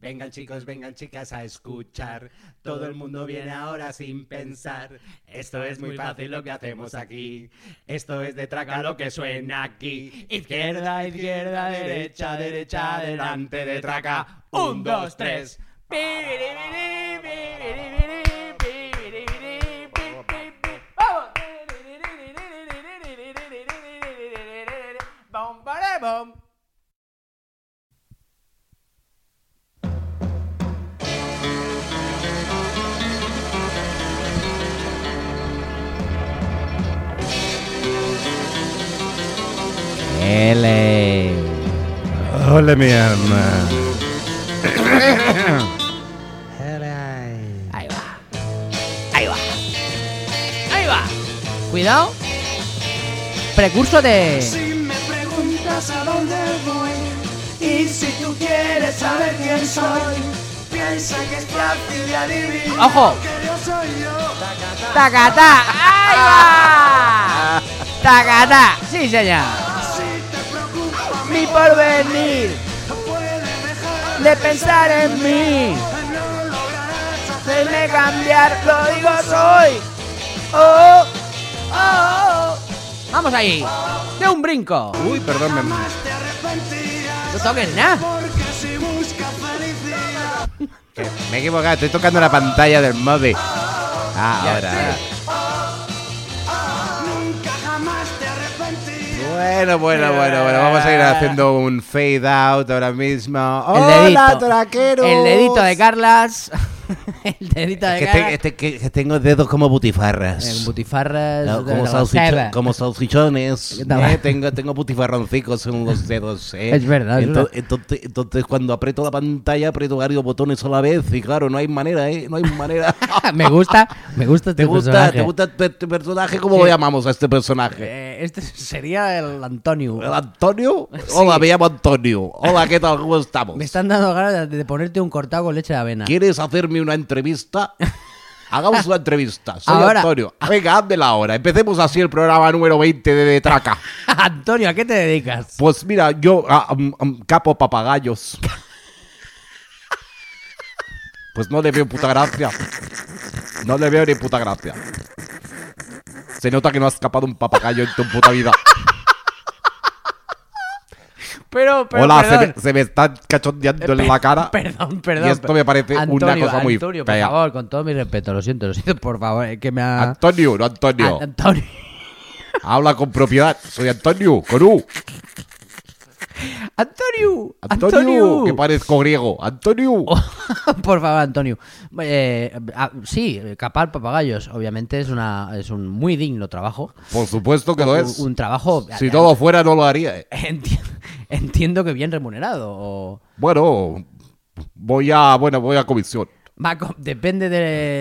Vengan chicos, vengan chicas a escuchar. Todo el mundo viene ahora sin pensar. Esto es muy fácil lo que hacemos aquí. Esto es de traca lo que suena aquí. Izquierda, izquierda, derecha, derecha, adelante de traca. Un, dos, tres. Vamos. L. Hola, mi alma. Ahí va. Ahí va. Ahí va. Cuidado. Precurso de. Si me preguntas a dónde voy y si tú quieres saber quién soy, piensa que es fácil de adivinar Ojo. que yo soy yo. ¡Tacatá! ¡Ahí va! ¡Tacatá! ¡Sí, señor! Si te preocupa Mi porvenir, puedes dejar de pensar en mí, no lograrás hacer de cambiar, lo digo soy. ¡Oh! ¡Oh! ¡Vamos ahí! ¡De un brinco! Uy, perdón, mi hermano. más te arrepentirás ¡No toques nada! porque si buscas felicidad Que me he equivocado, estoy tocando la pantalla del móvil. Ah, ahora, ahora. nunca jamás te arrepentirás. Bueno, bueno, bueno, bueno. Vamos a ir haciendo un fade out ahora mismo. El ¡Hola, dedito. traqueros! El dedito de Carlas. El dedito de que, Carlas. te- este- que- que tengo dedos como butifarras. El butifarras. No, de como, la salsicho- barcera. como salsichones. ¿Qué tal? eh, tengo, tengo butifarroncicos en los dedos. eh. Es verdad, es Ento- verdad. Entonces, entonces cuando aprieto la pantalla, aprieto varios botones a la vez. Y claro, no hay manera, ¿eh? No hay manera. me gusta, me gusta este ¿Te gusta, personaje. ¿Te gusta este este personaje? ¿Cómo Sí. lo llamamos a este personaje? Eh, este sería el Antonio. ¿El Antonio? Hola, me llamo Antonio. Hola, ¿qué tal? ¿Cómo estamos? Me están dando ganas de, de ponerte un cortado con leche de avena. ¿Quieres hacerme una entrevista? Hagamos una entrevista. Soy Ahora. Antonio. Venga, házmela ahora. Empecemos así el programa número 20 de Detraca. Antonio, ¿a qué te dedicas? Pues mira, yo ah, um, um, capo papagayos. Pues no le veo puta gracia. No le veo ni puta gracia. Se nota que no has capado un papagayo en tu puta vida. Pero, pero, Hola, se perdón. me, se me está cachondeando en Pe- la cara. Perdón, perdón. Y esto me parece Antonio, una cosa muy Antonio, por fea. favor, con todo mi respeto, lo siento, lo siento, por favor, es que me ha... Antonio, no Antonio. An- Antonio. Habla con propiedad. Soy Antonio, con U. Antonio. Antonio, Antonio. Oh. que parezco griego. Antonio. Por favor, Antonio. Eh, ah, sí, capar papagayos, obviamente es una es un muy digno trabajo. Por supuesto que lo es. Un, un trabajo. Si todo fuera, no lo haría. eh. Enti- entiendo que bien remunerado. O... Bueno, voy a, bueno, voy a comisión. Va, co- depende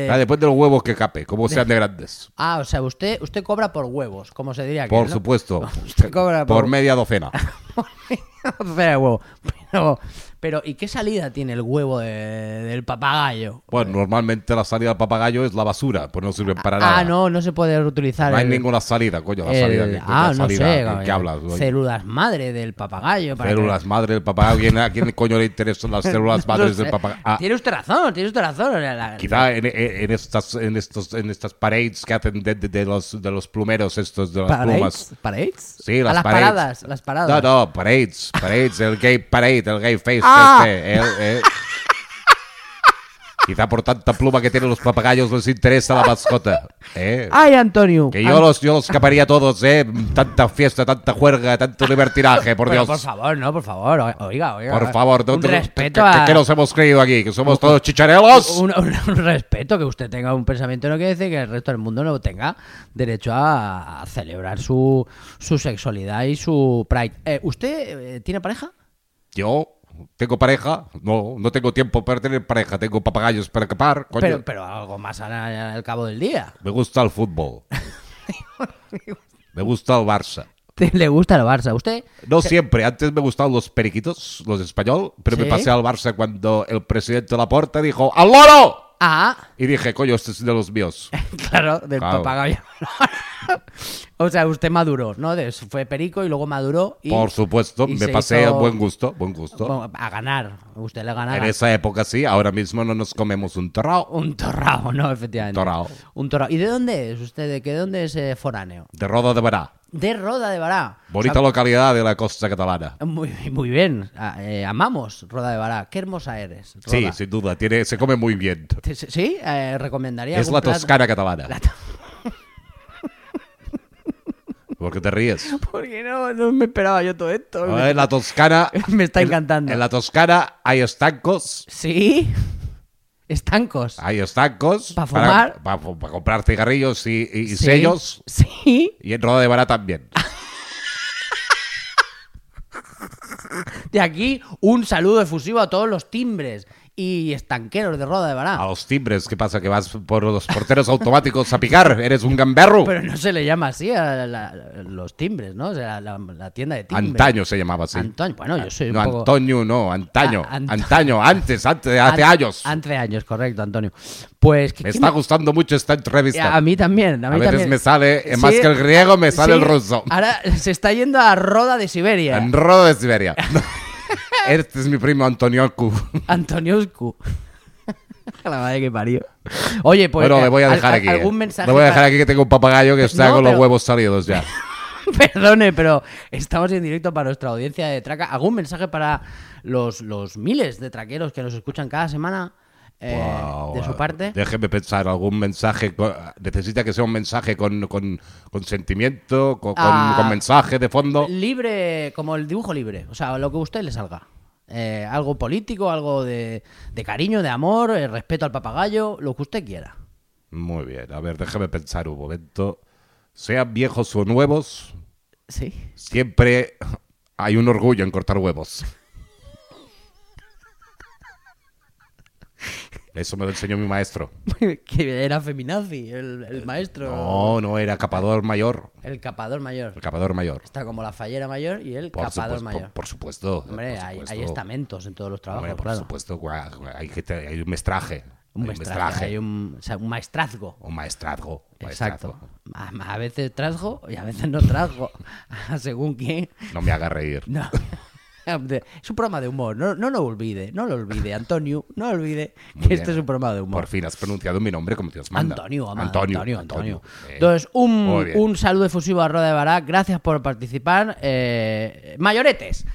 Ah, de. Después de los huevos que cape, como sean de grandes. Ah, o sea, usted, usted cobra por huevos, como se diría aquí. Por ¿no? supuesto. Usted cobra por- Por media docena. Fuera de huevo. Pero, pero, ¿y qué salida tiene el huevo de- del papagayo? Bueno, normalmente la salida del papagayo es la basura, pues no sirven para nada. Ah, no, no se puede reutilizar. No hay el- ninguna salida, coño. La el- salida que, ah, la no salida sé. que- que eh, hablas. coño. Células madre del papagayo. para que- Células madre del papagayo. ¿Quién- ¿A quién coño le interesan las células No madres sé. del papagayo? Ah, Tiene usted razón, tiene usted razón. o sea, la- Quizá en, en- en estas en estos en estas parades que hacen de, de- de los de los plumeros estos de las plumas. ¿Parades? ¿Parades? Sí, A las las parades. paradas, las paradas. No, no, parades, parades, el gay parade, el gay face Ah. este, el- el- Quizá por tanta pluma que tienen los papagayos les interesa la mascota, ¿eh? Ay, Antonio. Que yo los, yo los escaparía a todos, ¿eh? Tanta fiesta, tanta juerga, tanto libertinaje, por Pero Dios. por favor, no, por favor. o- Oiga, oiga. Por favor, no- pues, ah, un no- respeto que, a... que nos hemos creído aquí? ¿Que somos todos chicharelos? un, un- un respeto que usted tenga un pensamiento no quiere decir que el resto del mundo no tenga derecho a, a celebrar su, su sexualidad y su pride. Eh, ¿Usted eh, tiene pareja? Yo tengo pareja, no, no tengo tiempo para tener pareja, tengo papagayos para escapar, coño. Pero, pero algo más al, al cabo del día. Me gusta el fútbol. me gusta el Barça. ¿Te- ¿Le gusta el Barça? ¿Usted? No siempre, antes me gustaban los periquitos, los español, pero me ¿Sí? pasé al Barça cuando el presidente Laporta dijo ¡Al loro! Ah, Y dije, coño, esto es de los míos. claro, del Claro. papagayo. o sea, usted maduró, ¿no? De- Fue perico y luego maduró. Y, Por supuesto, y me se pasé hizo- buen gusto, buen gusto. Bueno, A ganar. Usted le ganaba. en esa época sí, ahora mismo no nos comemos un trao Un torrao, ¿no? Efectivamente. Torrao. Un torrao. ¿Y de dónde es usted? ¿De qué dónde es eh, foráneo? de roda de verá. De Roda de Bará. Bonita localidad de la costa catalana. Muy, muy bien. Ah, eh, amamos Roda de Bará. Qué hermosa eres. Roda. Sí, sin duda, tiene, se come muy bien. ¿Te- ¿Sí? Eh, ¿Recomendaría Es algún la plato? toscana catalana. La to- ¿Por qué te ríes? Porque no, no me esperaba yo todo esto. No, En la toscana... Me está en- encantando. En la toscana hay estancos. ¿Sí? Estancos. Hay estancos. Pa' para- fumar. pa- pa- Para comprar cigarrillos y, y- y ¿Sí? sellos. Sí. Y en roda de verá también. De aquí un saludo efusivo a todos los timbres y estanqueros de Roda de A Bará. los timbres, ¿qué pasa? ¿Que vas por los porteros automáticos a picar? ¿Eres un gamberro? Pero no se le llama así a la- los timbres, ¿no? O sea, la, la tienda de timbres. Antaño se llamaba así. Antaño, bueno, yo soy un no, poco... Antonio, no, antaño. Ah, Anto- Antaño, antes, antes, hace An- años. Hace años, correcto, Antonio. Pues... ¿qué- Me qué está me- gustando mucho esta entrevista. A mí también, a mí A veces también. Ah, me sale, eh, más que el griego, me sale el ruso. Ahora se está yendo a Roda de Siberia. En Roda de Siberia. este es mi primo Antonio Cu. Pues, Antoniuscu. A la madre que parió. Oye, pues. bueno, le voy a al- dejar al- aquí. ¿Algún eh. mensaje? Le voy a dejar para- aquí que tengo un papagayo que está No, con los pero- huevos salidos ya. Perdone, pero estamos en directo para nuestra audiencia de Traca. ¿Algún mensaje para los, los miles de traqueros que nos escuchan cada semana eh, Wow, de su wow. parte? Déjeme pensar, algún mensaje. co- Necesita que sea un mensaje con, con, con sentimiento, co- con, Ah. con mensaje de fondo. Libre, como el dibujo libre. O sea, lo que a usted le salga. Eh, algo político, algo de, de cariño, de amor, eh, respeto al papagayo, lo que usted quiera. Muy bien, a ver, déjame pensar un momento. Sean viejos o nuevos, Sí. siempre hay un orgullo en cortar huevos. Eso me lo enseñó mi maestro. que era feminazi, el, el maestro. No, no, era capador mayor. El capador mayor. El capador mayor. Está como la fallera mayor y el Por capador supuesto, mayor. Por, por supuesto. Hombre, por hay, supuesto. hay estamentos en todos los trabajos, Hombre, por claro. supuesto, gua- gua- hay, gente- hay un mestraje. Un hay maestraje, hay un, o sea, un maestrazgo. Un maestrazgo. Exacto. maestrazgo. A, a veces trasgo y a veces no trasgo. Según quién. No me haga reír. No. Es un programa de humor, no, no lo olvide, no lo olvide, Antonio, no olvide Muy que bien. este es un programa de humor. Por fin has pronunciado mi nombre como Dios manda. Antonio, ama, Antonio. Antonio, Antonio. Eh, Entonces, muy un, bien. un saludo efusivo a Roda de Bará. Gracias por participar. Eh, mayoretes.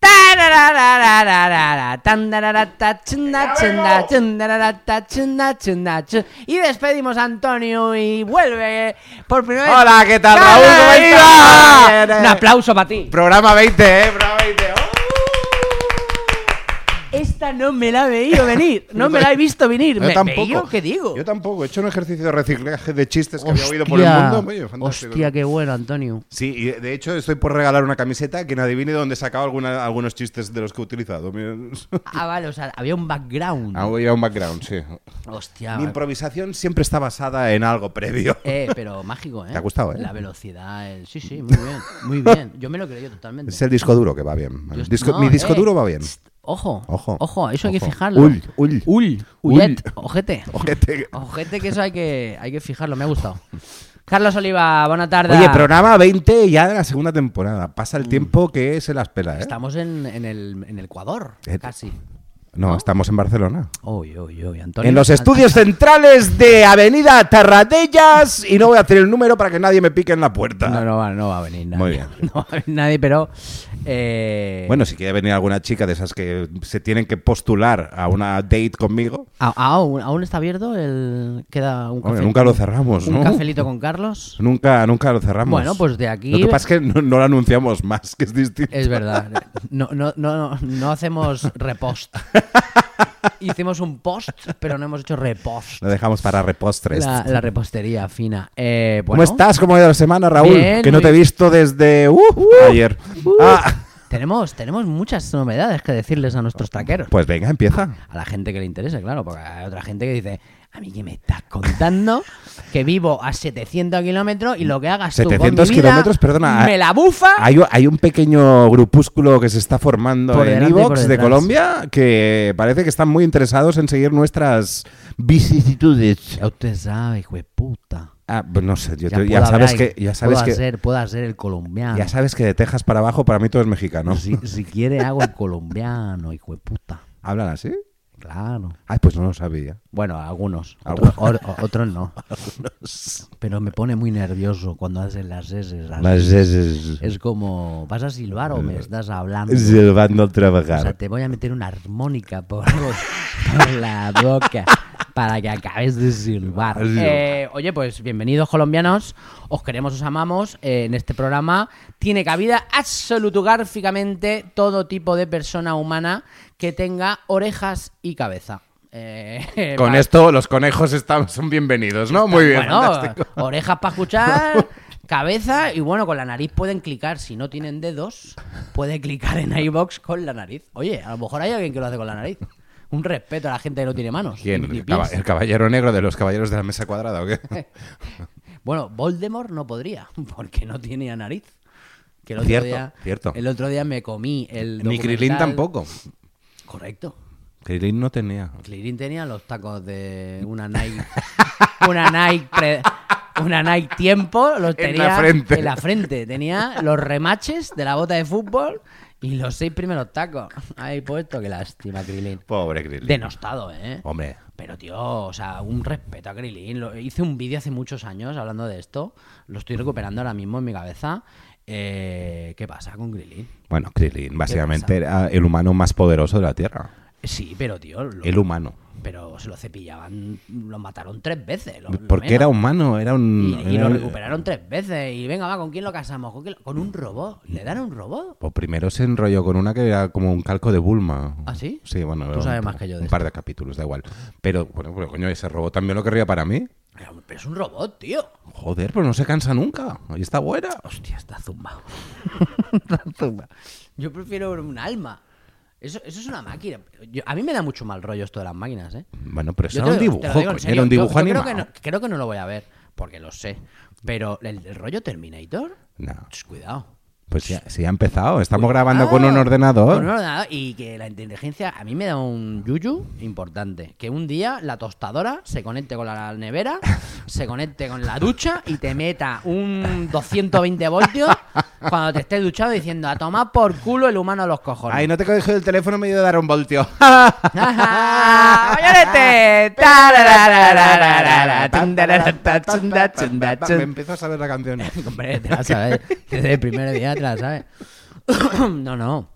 Tarararararara, tandararata, chunda, chunda, chundararata, chunda, chunda, chu- Y despedimos a Antonio y vuelve por primera vez. Hola, ¿qué tal, Raúl? ¿Cómo Tararara. estás? Un aplauso para ti. Programa 20, ¿eh? Programa ¡Oh! 20. ¡Oh! Esta no me la he veído venir. No me la he visto venir. Yo Me- tampoco. ¿veío? ¿Qué digo? Yo tampoco. He hecho un ejercicio de reciclaje de chistes que había oído por el Hostia, mundo. Oye, fantástico. hostia, qué bueno, Antonio. Sí, y de hecho estoy por regalar una camiseta a quien adivine dónde he sacado alguna- algunos chistes de los que he utilizado. Mira. Ah, vale, o sea, había un background. Ah, voy a un background, sí. Hostia. Mi vale. improvisación siempre está basada en algo previo. Eh, pero mágico, ¿eh? Te ha gustado, ¿eh? La velocidad, el... sí, sí, muy bien, muy bien. Yo me lo creí totalmente. Es el disco duro que va bien. El Yo- disco- no, mi disco eh, duro va bien. tst, Ojo, Ojo, ojo, ojo, eso hay que ojo. fijarlo. Ull, ull. ull, Ull. ullet, ojete. Ojete. Ojete, que eso hay que, hay que fijarlo, me ha gustado. Carlos Oliva, buena tarde. Oye, programa 20 ya de la segunda temporada. Pasa Mm. el tiempo que se las pela, ¿eh? Estamos en, en el, en el Ecuador, Eh, casi. No, estamos en Barcelona. Uy, uy, uy, Antonio. En los Antonio- estudios centrales de Avenida Tarradellas. Y no voy a hacer el número para que nadie me pique en la puerta. No, no va, no va a venir nadie. Muy bien. No va a venir nadie, pero. eh, Bueno, si quiere venir alguna chica de esas que se tienen que postular a una date conmigo, a- aún, aún está abierto el. Queda un hombre, café- nunca lo cerramos, un ¿no? cafelito con Carlos. Nunca, nunca lo cerramos. Bueno, pues de aquí- Eh, Lo que pasa es que no, no lo anunciamos más, que es distinto. Es verdad. No, no, no, no- no hacemos repost. Hicimos un post, pero no hemos hecho repost. Lo dejamos para repostres. La, la repostería fina. Eh, ¿Cómo bueno, estás? ¿Cómo ha ido la semana, Raúl? Bien, que no muy te he bien. uh. visto desde uh, ayer. Ah, Tenemos, tenemos muchas novedades que decirles a nuestros traqueros. pues venga, empieza. A la gente que le interese, claro, porque hay otra gente que dice, A mí que me estás contando que vivo a 700 kilómetros y lo que hagas tú con 700 mi vida kilómetros, perdona, Me la bufa. Hay, u- hay un pequeño grupúsculo que se está formando Por en delante y por Evox de detrás. Colombia que parece que están muy interesados en seguir nuestras vicisitudes. Ya usted sabe, hijo de puta. Ah, pues no sé, yo te- puedo ya, sabes hablar y que, ya sabes puedo que Hacer, puedo hacer el colombiano. ya sabes que de Texas para abajo para mí todo es mexicano. si, si quiere hago el colombiano, hijo de puta. ¿Hablan así? Claro. Ay, pues no lo sabía. Bueno, algunos. Algunos. Otros, o- o- otros no. Pero me pone muy nervioso cuando hacen las S. Las Eh, veces Es como, ¿vas a silbar o me estás hablando? silbando al Eh, O sea, trabajar. te voy a meter una armónica por, por la boca para que acabes de silbar. Eh, oye, pues bienvenidos colombianos, os queremos, os amamos. Eh, en este programa tiene cabida absolutográficamente todo tipo de persona humana que tenga orejas y cabeza. Eh, Con para- esto los conejos están, son bienvenidos, ¿no? Muy bien, bueno, fantástico. orejas para escuchar, cabeza y bueno, con la nariz pueden clicar. Si no tienen dedos, puede clicar en iBox con la nariz. Oye, a lo mejor hay alguien que lo hace con la nariz. Un respeto a la gente que no tiene manos. ¿Quién? eh. ni ¿El, caba- pies. el caballero negro de los caballeros de la mesa cuadrada o qué? Bueno, Voldemort no podría, porque no tenía nariz. Que el otro Cierto, día, cierto. El otro día me comí el. Ni Krilin documental- tampoco. Correcto. Krilin no tenía. Clirín tenía los tacos de una Nike. Una Nike. pre- una Nike tiempo. Los En tenía. la frente. en la frente. Tenía los remaches de la bota de fútbol y los seis primeros tacos. Ay, puesto, qué lástima, Krilin. Pobre Krilin. Denostado, ¿eh? Hombre, Pero, tío, o sea, un respeto a Krilin. Lo- hice un vídeo hace muchos años hablando de esto. Lo estoy recuperando ahora mismo en mi cabeza. Eh, ¿Qué pasa con Krilin? bueno, Krilin básicamente era el humano más poderoso de la Tierra. Sí, pero, tío. lo- El humano. pero se lo cepillaban, lo mataron tres veces. lo- lo Porque menos. era humano, era Y, un... y era- lo recuperaron tres veces. Y venga, va, ¿con quién lo casamos? ¿Con, quién lo- con un robot. ¿Le dan un robot? Pues primero se enrolló con una que era como un calco de Bulma. ¿Ah, sí? Sí, bueno. era sabes un, más que yo de Un esto. par de capítulos, da igual. Pero, bueno, pero coño, ese robot también lo querría para mí. Era un- Pero es un robot, tío. Joder, pero no se cansa nunca. Y está buena. Hostia, está zumba. está zumba. Yo prefiero un alma. Eso, eso es una máquina. Yo- a mí me da mucho mal rollo esto de las máquinas, ¿eh? Bueno, pero eso Yo era un te lo- dibujo, te lo digo en coño, serio. era un Yo- dibujo yo animado. Creo que, no, creo que no lo voy a ver, porque lo sé. Pero el, el rollo Terminator, No. ch, cuidado. Pues ya, sí, ha empezado. Estamos grabando Ah, con un ordenador. con un ordenador, Y que la inteligencia a mí me da un yuyu importante. Que un día la tostadora se conecte con la nevera, se conecte con la ducha y te meta un 220 voltios cuando te estés duchado diciendo a tomar por culo el humano a los cojones. Ay, no te cogido el teléfono, me dio a dar un voltio. ¡Ollorete! Tarararararara, tundararata, chunda, chunda, Me chun. empiezo a saber la canción. Hombre, te la sabes. Desde el primer día te la sabes. no, no.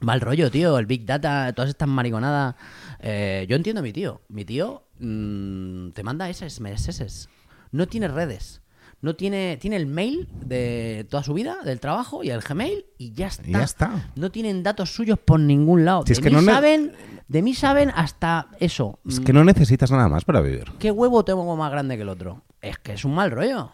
Mal rollo, tío. El Big Data, todas estas mariconadas. Eh, yo entiendo a mi tío. Mi tío mm, te manda SMS. No tiene redes. No tiene, tiene el mail de toda su vida, del trabajo y el Gmail y ya está. Y ya está. No tienen datos suyos por ningún lado. Si es de que mí no ne- saben, de mí saben hasta eso. Mm, Es que no necesitas nada más para vivir. ¿Qué huevo tengo más grande que el otro? Es que es un mal rollo.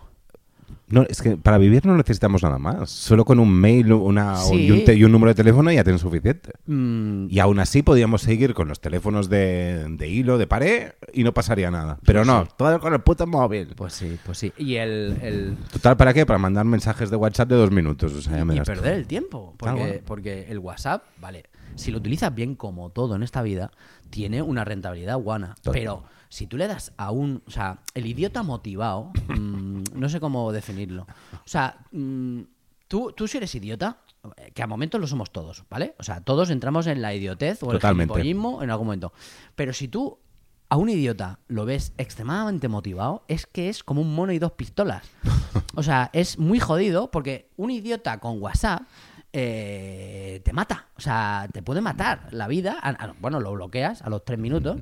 No, es que para vivir no necesitamos nada más. Solo con un mail una, Sí. y, un te- y un número de teléfono ya tienes suficiente. Mm, Y aún así podíamos seguir con los teléfonos de, de hilo, de pared, y no pasaría nada. Pero no, todo con el puto móvil. pues sí, pues sí. Y el- el, Total, ¿para qué? Para mandar mensajes de WhatsApp de dos minutos. O sea, Ah, ya me y das tú. perder el tiempo. Porque, bueno. porque el WhatsApp, vale, si lo utilizas bien como todo en esta vida, tiene una rentabilidad guana. Total. Pero si tú le das a un. O sea, el idiota motivado, mm, no sé cómo definirlo. O sea, mm, tú, tú si eres idiota, eh, que a momentos lo somos todos, ¿vale? O sea, todos entramos en la idiotez o Totalmente. el gilipollismo en algún momento. Pero si tú. A un idiota lo ves extremadamente motivado, es que es como un mono y dos pistolas. O sea, es muy jodido porque un idiota con WhatsApp eh, te mata. O sea, te puede matar la vida. A- a- bueno, lo bloqueas a los tres minutos.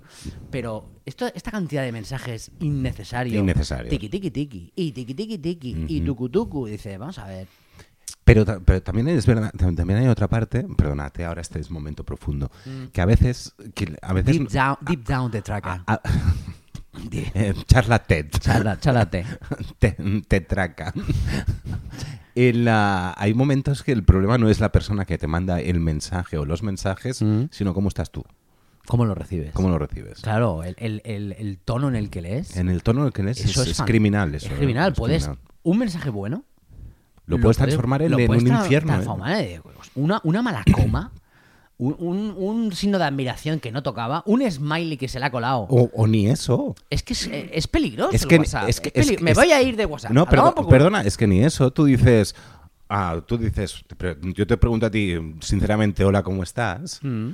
Pero esto, esta cantidad de mensajes innecesarios. Innecesarios. Tiki tiki tiki. Y tiki tiki tiki. Y tucu tucu. Dice, vamos a ver. Pero, ta- pero también es verdad, tam- también hay otra parte, perdonate, ahora este es momento profundo, Mm. que a veces, que a veces Deep down, deep down the tracker. a- eh, charla TED, Chala- Chálate. te, te traca. En la- hay momentos que el problema no es la persona que te manda el mensaje o los mensajes, sino cómo estás tú. ¿Cómo lo recibes? ¿Cómo lo recibes? Mm. Claro, el, el- el- el tono en el que lees. En el tono en el que lees, eso es, es, es fan- criminal. Es Eso, ¿eh? criminal. Es Puedes. criminal. Un mensaje bueno. Lo puedes transformar en, lo en puedes un tra- infierno. ¿eh? transformar en- pues, una, una mala coma. Un, un- un signo de admiración que no tocaba, un smiley que se le ha colado. O, o ni eso. Es que es, es peligroso. Oh. Es el que- WhatsApp. es que- Es peli- es que- me es- voy a ir de WhatsApp. No, A tomar perdo- por culo. perdona, es que ni eso. Tú dices, ah, tú dices, pero yo te pregunto a ti, sinceramente, hola, ¿cómo estás? Mm.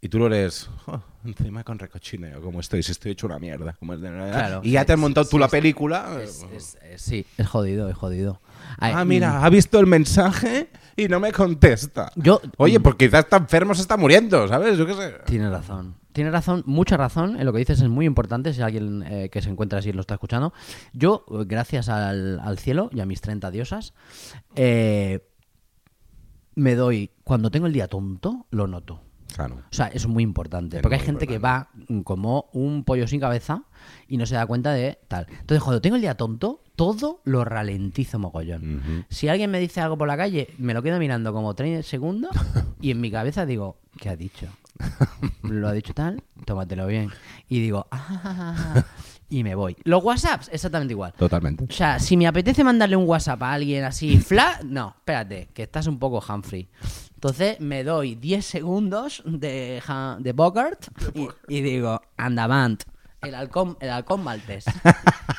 Y tú lo lees, "Jo, encima con recochineo, ¿cómo estoy? Si estoy hecho una mierda. como es de- Claro, y ya te has es- montado tú es- la es- película. Es- es- es- sí, es jodido, es jodido. A ver, ah, mm, mira, ha visto el mensaje y no me contesta. Yo- Mm. Oye, pues quizás está enfermo, se está muriendo, ¿sabes? Yo qué sé. Tiene razón. Tiene razón, mucha razón. En lo que dices es muy importante. Si alguien eh, que se encuentra así lo está escuchando. Yo, eh, gracias al, al cielo y a mis 30 diosas, eh, me doy. Cuando tengo el día tonto, lo noto. Claro. O sea, es muy importante. Es Porque hay muy gente que va mm, como un pollo sin cabeza y no se da cuenta de tal. Entonces, cuando tengo el día tonto, todo lo ralentizo mogollón. Si alguien me dice algo por la calle, me lo quedo mirando como tres segundos y en mi cabeza digo, ¿qué ha dicho? Lo ha dicho tal, tómatelo bien. Y digo, ah, y me voy. Los WhatsApps, exactamente igual. Totalmente. O sea, si me apetece mandarle un WhatsApp a alguien así, fla, no, espérate, que estás un poco Humphrey. Entonces me doy 10 segundos de, Ha- de Bogart y, y digo, andavant, el halcón, el halcón maltés.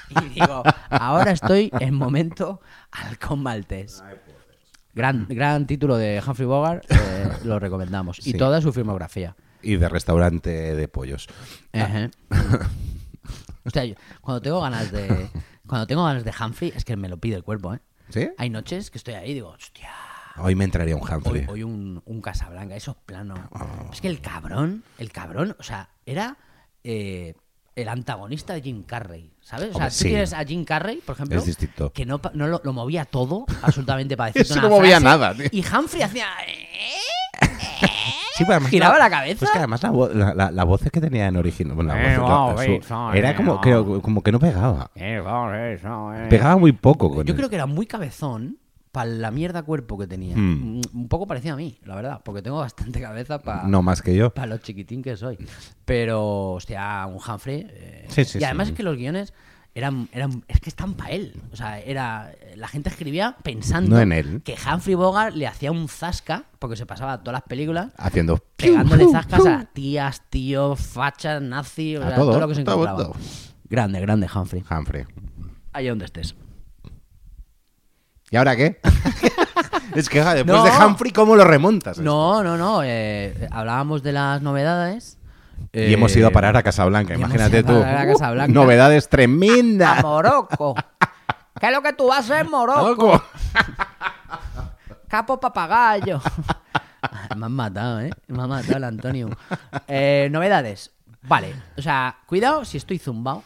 Y digo, ahora estoy en momento halcón maltés. Gran, gran título de Humphrey Bogart, eh, lo recomendamos. Y Sí. toda su filmografía. Y de restaurante de pollos. Ejé. O sea, yo- cuando tengo ganas de. Cuando tengo ganas de Humphrey, es que me lo pide el cuerpo, ¿eh? ¿Sí? Hay noches que estoy ahí y digo, hostia, Hoy me entraría un hoy, Humphrey. hoy un, un Casablanca, eso es plano. Ah. Es que el cabrón, el cabrón, o sea, era eh, el antagonista de Jim Carrey, ¿sabes? O sea, Hombre, tú sí. tienes a Jim Carrey, por ejemplo, Es distinto. que no, pa- no lo, lo movía todo, absolutamente para decirte Eso una no movía frase, nada, tío. Y Humphrey hacía... "Eh", Sí, pero además Giraba la cabeza. Pues que además la, vo- la, la- la voz que tenía en original. bueno, la Eh, voz- wow, la- su- eh, son, era eh, como, wow. creo, como que no pegaba. Eh, vamos, eh, no, eh. Pegaba muy poco con Yo él. creo que era muy cabezón para la mierda cuerpo que tenía. Hmm. Mm, Un poco parecido a mí, la verdad, porque tengo bastante cabeza para... No más que yo. Para lo chiquitín que soy. Pero, hostia, un Humphrey. eh, Sí, sí, y además sí. es que los guiones eran, eran. Es que están para él. O sea, era. La gente escribía pensando No en él. que Humphrey Bogart le hacía un zasca, porque se pasaba todas las películas. Haciendo. Pegándole zascas a tías, tíos, fachas, nazis, o A sea, todo, todo, lo que se a todo, encontraba. todo. Grande, grande Humphrey. Humphrey. Allá donde estés. Pues ¿Y ahora qué? es que ja, después No. de Humphrey, ¿cómo lo remontas? No, no, no. eh, hablábamos de las novedades. Y hemos ido a Eh, parar a Casablanca, y hemos imagínate ido tú. a Uh, parar a Casablanca. novedades tremendas. A Morocco. ¿Qué es lo que tú vas a hacer, Morocco? Loco. Capo papagayo. Me han matado, ¿eh? Me ha matado el Antonio. Eh, novedades. Vale. O sea, cuidado si estoy zumbado.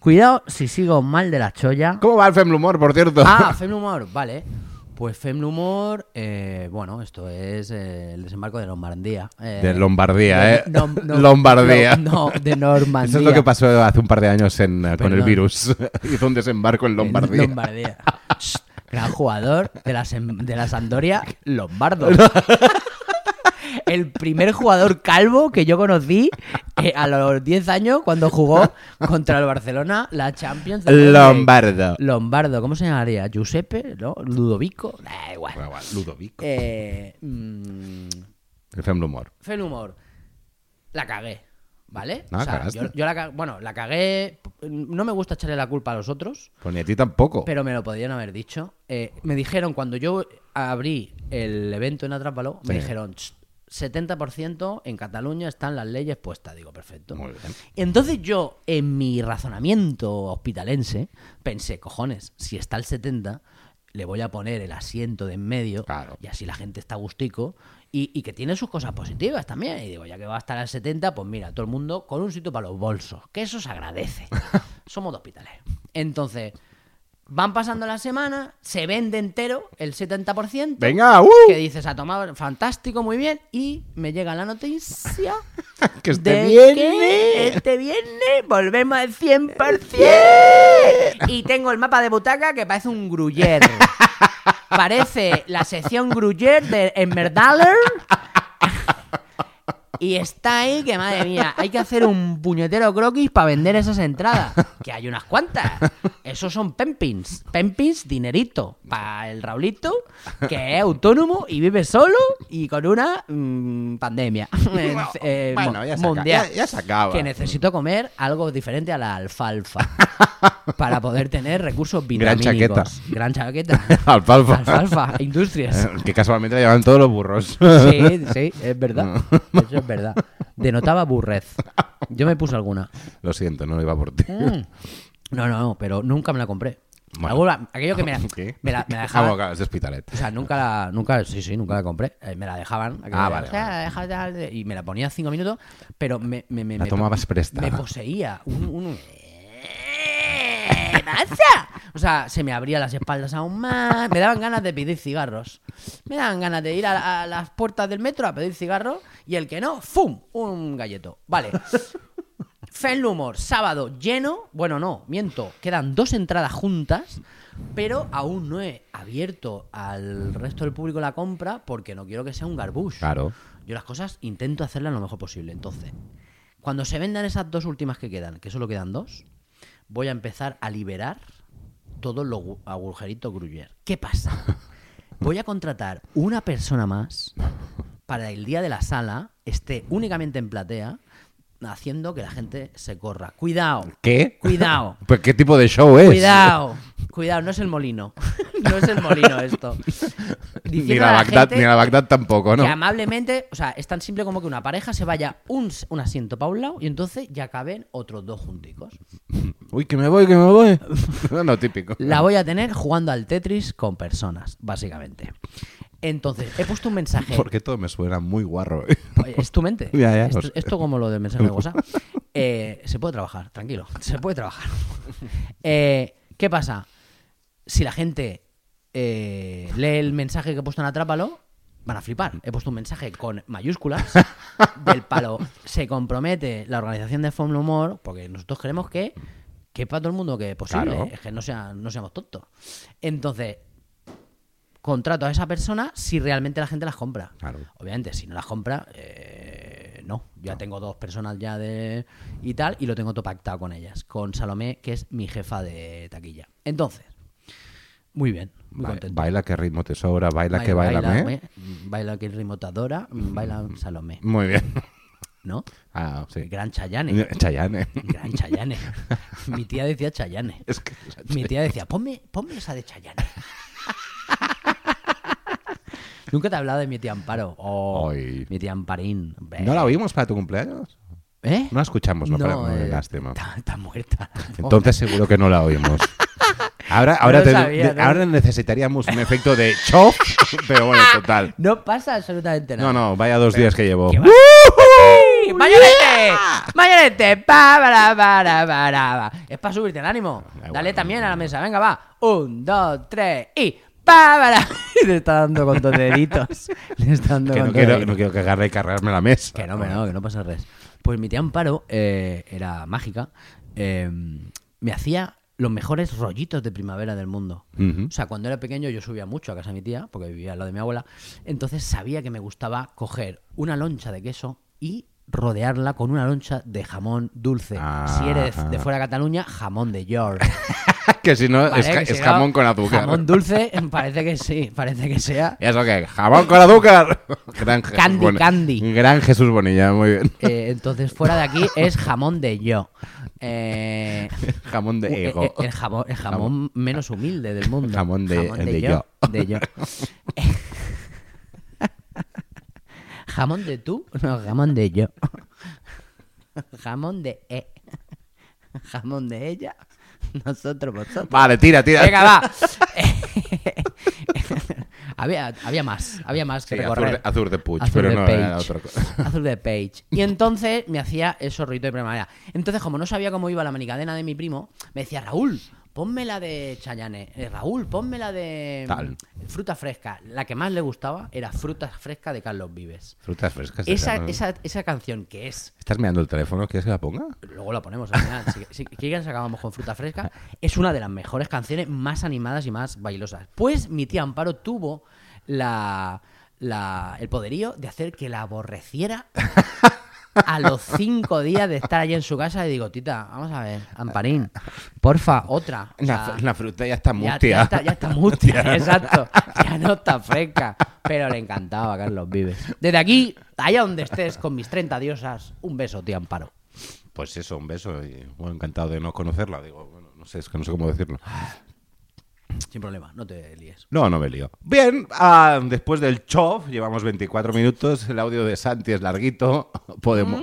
Cuidado si sigo mal de la cholla. ¿Cómo va el Femblumor, por cierto? Ah, Femnumor, vale. Pues Femnumor, eh, bueno, esto es eh, el desembarco de Lombardía. eh, de Lombardía, de- ¿eh? no- no- Lombardía. No, de Normandía. Eso es lo que pasó hace un par de años en, eh, con el Perdón. virus. Hizo un desembarco en Lombardía. Lombardía. Shh, Gran jugador de la, Sem- de la Sampdoria, Lombardo. El primer jugador calvo que yo conocí eh, a los 10 años cuando jugó contra el Barcelona la Champions. de- Lombardo. Lombardo, ¿cómo se llamaría? Giuseppe, ¿no? Ludovico, da igual. Bueno, bueno, Ludovico. Eh, mm, El Femblumor. Felhumor, la cagué, ¿vale? Ah, cagaste. yo, yo la ca- bueno, la cagué. No me gusta echarle la culpa a los otros. Pues ni a ti tampoco. Pero me lo podían haber dicho. Eh, me dijeron, cuando yo abrí el evento en Atrápalo, me Sí. dijeron, "Ch, 70% en Cataluña están las leyes puestas. Digo, perfecto. Muy bien. Entonces yo, en mi razonamiento hospitalense, pensé, cojones, si está el 70, le voy a poner el asiento de en medio Claro. y así la gente está a gustico y, y que tiene sus cosas positivas también. Y digo, ya que va a estar al 70, pues mira, todo el mundo con un sitio para los bolsos, que eso se agradece. Somos de hospitales. Entonces, van pasando las semanas, se vende entero el 70%. Venga, ¡uh! Que dices, a tomar, fantástico, muy bien. Y me llega la noticia Que este esté de bien. que este viernes volvemos al 100%. Y tengo el mapa de butaca que parece un gruyer. Parece la sección gruyer de Emmerdaler. Y está ahí que, madre mía, hay que hacer un puñetero croquis para vender esas entradas. Que hay unas cuantas. Esos son pempins. Pempins, dinerito. Para el Raulito, que es autónomo y vive solo y con una mm, pandemia. Eh, bueno, ya mo- se acaba- mundial. ya- ya se acaba. Que necesito comer algo diferente a la alfalfa. para poder tener recursos Gran vitamínicos. chaqueta. Gran chaqueta. Alfalfa. Alfalfa, industrias. Eh, Que casualmente la llevan todos los burros. Sí, sí, es verdad. Eso es verdad. Denotaba burrez. Yo me puse alguna. Lo siento, no lo iba por ti. Mm, No, no, no, pero nunca me la compré. Bueno. Alguna- aquello que me la, ¿Qué? me la, me la Ah, dejaban. bueno, claro, es de hospitalet. O sea, nunca la, nunca, sí, sí, nunca la compré. Eh, me la dejaban. aquello Ah, de, vale, o sea, vale. la dejas de- de- y me la ponía cinco minutos, pero me, me, me, La me- tomabas prestada. Me poseía un, un- ¡Masa! O sea, se me abrían las espaldas aún más. Me daban ganas de pedir cigarros. Me daban ganas de ir a, a las puertas del metro a pedir cigarros y el que no, ¡fum! Un galleto. Vale. Fenlumor, sábado lleno. Bueno, no, miento. Quedan dos entradas juntas, pero aún no he abierto al resto del público la compra porque no quiero que sea un garbush. Claro. Yo las cosas intento hacerlas lo mejor posible. Entonces, cuando se vendan esas dos últimas que quedan, que solo quedan dos, voy a empezar a liberar todos los gu- agujeritos Gruyère. ¿Qué pasa? Voy a contratar una persona más para el día de la sala esté únicamente en platea haciendo que la gente se corra. Cuidado, ¿Qué? cuidado. Pues qué tipo de show es. Cuidado, cuidado, no es el molino. No es el molino esto. Ni Diciendo la, a Bagdad, gente ni la Bagdad tampoco, ¿no? que amablemente, o sea, es tan simple como que una pareja se vaya un, s- un asiento para un lado y entonces ya caben otros dos junticos. Uy, que me voy, que me voy. no, típico. La voy a tener jugando al Tetris con personas, básicamente. Entonces, he puesto un mensaje. Porque todo me suena muy guarro. ¿eh? Oye, Pues Es tu mente. Ya, ya, pues, eh. esto, lo sé. esto como lo del mensaje de WhatsApp. Eh, se puede trabajar, tranquilo. Se puede trabajar. Eh, ¿Qué pasa? Si la gente eh, lee el mensaje que he puesto en Atrápalo, van a flipar. He puesto un mensaje con mayúsculas del palo. Se compromete la organización de Fórmula Humor, porque nosotros queremos que, que para todo el mundo que posible. Claro. Es que no, sea, no seamos tontos. Entonces, contrato a esa persona si realmente la gente las compra. Claro. Obviamente, si no las compra, eh, no. Yo ya tengo dos personas ya de. y tal, y lo tengo todo pactado con ellas. Con Salomé, que es mi jefa de taquilla. Entonces, muy bien, muy Ba- contento. Baila que ritmo te sobra, baila, que baila, ¿eh? ¿eh? Baila, mm, baila que rimotadora, mm, baila Salomé, Muy bien. ¿no? Ah, sí. Gran Mm. Chayane. Chayane. Gran Chayane. mi tía decía Chayane. Es que Mi tía decía, ponme, ponme esa de Chayanne. Nunca te he hablado de mi tía Amparo. Oh, Ay. mi tía Amparín. Hombre. ¿No la oímos para tu cumpleaños? ¿Eh? No la escuchamos, no, para- no, eh, lástima. Está, está muerta. Entonces seguro que no la oímos. Ahora, ahora, lo te- sabía, de- ¿no? ahora necesitaríamos un efecto de chof, pero bueno, total. No pasa absolutamente nada. No, no, vaya dos días que llevo. ¿Qué va? ¡Sí! ¡Mayonete! ¡Mayonete! Pa, para, para, para, pa. Es para subirte el ánimo. Da Dale igual, también a la mesa. Venga, va. Un, dos, tres y. Pa, para. Y le está dando con dos deditos. Le está dando Que con no dos quiero, deditos. no quiero que agarre y cargarme la mesa. Que no, que no, que no pasa res. Pues mi tía Amparo eh, era mágica. eh, me hacía los mejores rollitos de primavera del mundo. Ujú. O sea, cuando era pequeño yo subía mucho a casa de mi tía, porque vivía al lado de mi abuela. Entonces sabía que me gustaba coger una loncha de queso y rodearla con una loncha de jamón dulce. Ah. si eres de fuera de Cataluña, jamón de York. Que si no, ¿vale? es, ca- Que es si no, jamón con azúcar. Jamón dulce, parece que sí, parece que sea. Eso que, jamón con azúcar. Gran Jesús Candy, Bonilla. candy. Gran Jesús Bonilla, muy bien. Eh, entonces fuera de aquí es jamón de yo. Eh, Jamón Uh, de eh, ego. eh, El, jamón, el jamón menos humilde del mundo. Jamón de- de De yo. jamón de tú. No, jamón de yo. Jamón de e. Jamón de ella. Nosotros, vosotros. Vale, tira, tira. Venga, va. había, había más, había más que Sí, Azur de, recorrer. Azur de Puig, Azul pero de no Page. era otra cosa. Azul de Page. Y entonces me hacía esos ritos de primavera. Entonces, como no sabía cómo iba la manicadena de mi primo, me decía, Raúl, ponme la de Chayane. Eh, Raúl, ponme la de mm, Tal. fruta fresca. La que más le gustaba era fruta fresca de Carlos Vives. Frutas frescas. Esa, esa, ¿no? esa, esa canción que es ¿Estás mirando el teléfono? ¿Quieres que la ponga? Luego la ponemos al final. Si, si quieres, acabamos con fruta fresca. Es una de las mejores canciones más animadas y más bailosas. Pues mi tía Amparo tuvo la, la- el poderío de hacer que la aborreciera a los cinco días de estar allí en su casa y digo, tita, vamos a ver, Amparín, porfa, otra. O sea, La, la fruta ya está Ah. ya, mustia. ya está, ya está mustia, exacto. Ya no está fresca. Pero le encantaba a Carlos Vives. Desde aquí, allá donde estés, con mis 30 diosas, un beso, tío Amparo. Pues eso, un beso. Y, bueno, encantado de no conocerla. Digo, bueno, no sé, es que no sé cómo decirlo. Sin problema, no te líes. No, no me lío. Bien, ah, después del chov, llevamos 24 minutos. El audio de Santi es larguito. Podemos.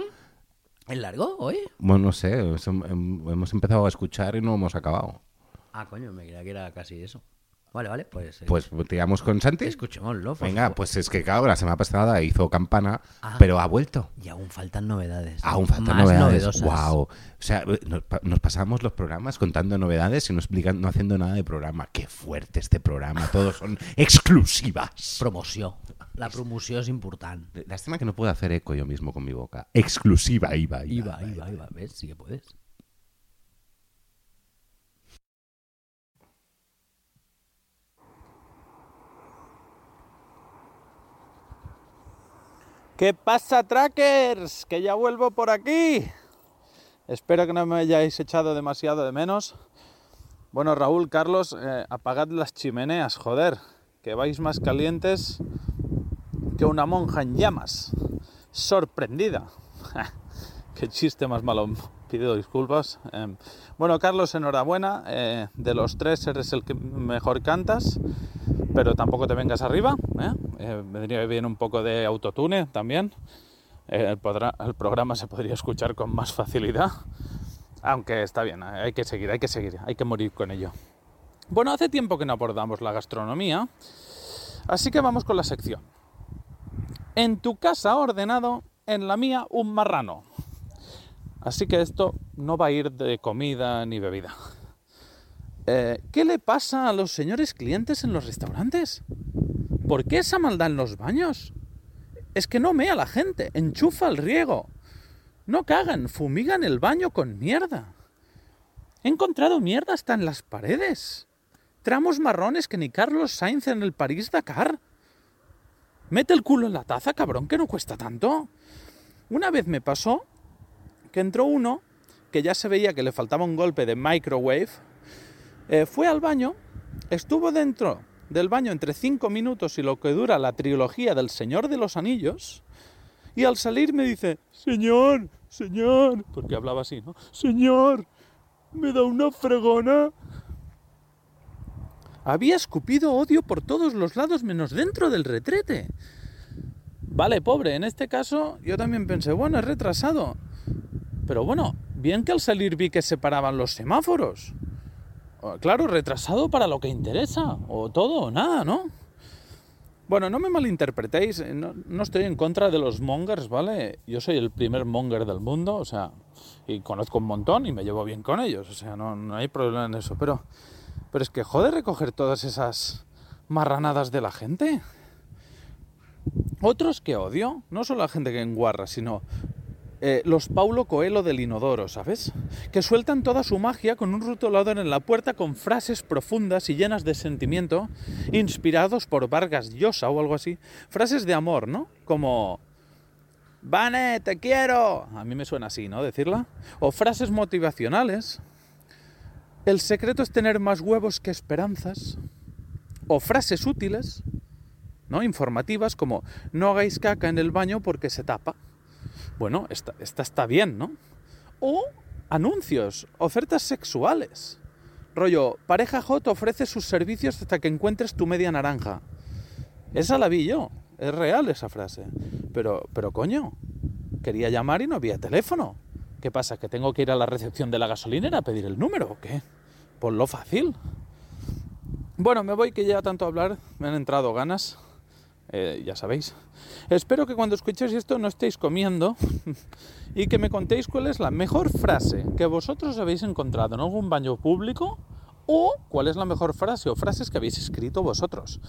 ¿Es largo hoy? Bueno, no sé, es- em- hemos empezado a escuchar y no hemos acabado. Ah, coño, me creía que era casi eso. Vale, vale, pues, eh, Pues tiramos con Santi. escuchémoslo. por Venga, favor. pues es que claro, la semana pasada hizo campana, Ah. pero ha vuelto. Y aún faltan novedades. Aún faltan Más novedades. novedosas. Wow. O sea, nos, pa- nos pasamos los programas contando novedades y no explican, no haciendo nada de programa. Qué fuerte este programa. Todos son exclusivas. Promoció. La promoció es importante. Lástima que no puedo hacer eco yo mismo con mi boca. Exclusiva, iba, iba. Iba, iba, iba. ¿Ves? Sí que puedes. Este ¿Qué pasa, trackers? Que ya vuelvo por aquí. Espero que no me hayáis echado demasiado de menos. Bueno, Raúl, Carlos, eh, apagad las chimeneas, joder, que vais más calientes que una monja en llamas. Sorprendida. Qué chiste más malo. Pido disculpas. Eh, bueno, Carlos, enhorabuena. Eh, de los tres eres el que mejor cantas pero tampoco te vengas arriba. ¿eh? Eh, vendría bien un poco de autotune también. Eh, el, podrá- el programa se podría escuchar con más facilidad. Aunque está bien, eh, hay que seguir, hay que seguir, hay que morir con ello. Bueno, hace tiempo que no abordamos la gastronomía, así que vamos con la sección. En tu casa ordenado, en la mía un marrano. Así que esto no va a ir de comida ni bebida. Eh, ¿Qué le pasa a los señores clientes en los restaurantes? ¿Por qué esa maldad en los baños? Es que no mea la gente, enchufa el riego. No cagan, fumigan el baño con mierda. He encontrado mierda hasta en las paredes. Tramos marrones que ni Carlos Sainz en el París Dakar. Mete el culo en la taza, cabrón, que no cuesta tanto. Una vez me pasó que entró uno que ya se veía que le faltaba un golpe de microwave eh, fue al baño, estuvo dentro del baño entre 5 minutos y lo que dura la trilogía del Señor de los Anillos, y al salir me dice, Señor, Señor, porque hablaba así, ¿no? Señor, me da una fregona. Había escupido odio por todos los lados menos dentro del retrete. Vale, pobre, en este caso yo también pensé, bueno, es retrasado. Pero bueno, bien que al salir vi que se paraban los semáforos. Ah, Claro, retrasado para lo que interesa, o todo o nada, ¿no? Bueno, no me malinterpretéis, eh, no, no estoy en contra de los mongers, ¿vale? Yo soy el primer monger del mundo, o sea, y conozco un montón y me llevo bien con ellos, o sea, no, no hay problema en eso, pero, pero es que jode recoger todas esas marranadas de la gente. Otros que odio, no solo la gente que enguarra, sino eh, los Paulo Coelho del inodoro, ¿sabes? Que sueltan toda su magia con un rotulador en la puerta con frases profundas y llenas de sentimiento, inspirados por Vargas Llosa o algo así. Frases de amor, ¿no? Como... Vane, te quiero. A mí me suena así, ¿no? Decirla. O frases motivacionales. El secreto es tener más huevos que esperanzas. O frases útiles, ¿no? Informativas como no hagáis caca en el baño porque se tapa bueno, esta, esta está bien, ¿no? O anuncios, ofertas sexuales. Rollo, pareja hot ofrece sus servicios hasta que encuentres tu media naranja. Esa la vi yo, es real esa frase. Pero, pero coño, quería llamar y no había teléfono. ¿Qué pasa? ¿Que tengo que ir a la recepción de la gasolinera a pedir el número o qué? Por lo fácil. Bueno, me voy que ya tanto hablar me han entrado ganas. Eh, ya sabéis. Espero que cuando escuchéis esto no estéis comiendo y que me contéis cuál es la mejor frase que vosotros habéis encontrado en algún baño público o cuál es la mejor frase o frases que habéis escrito vosotros.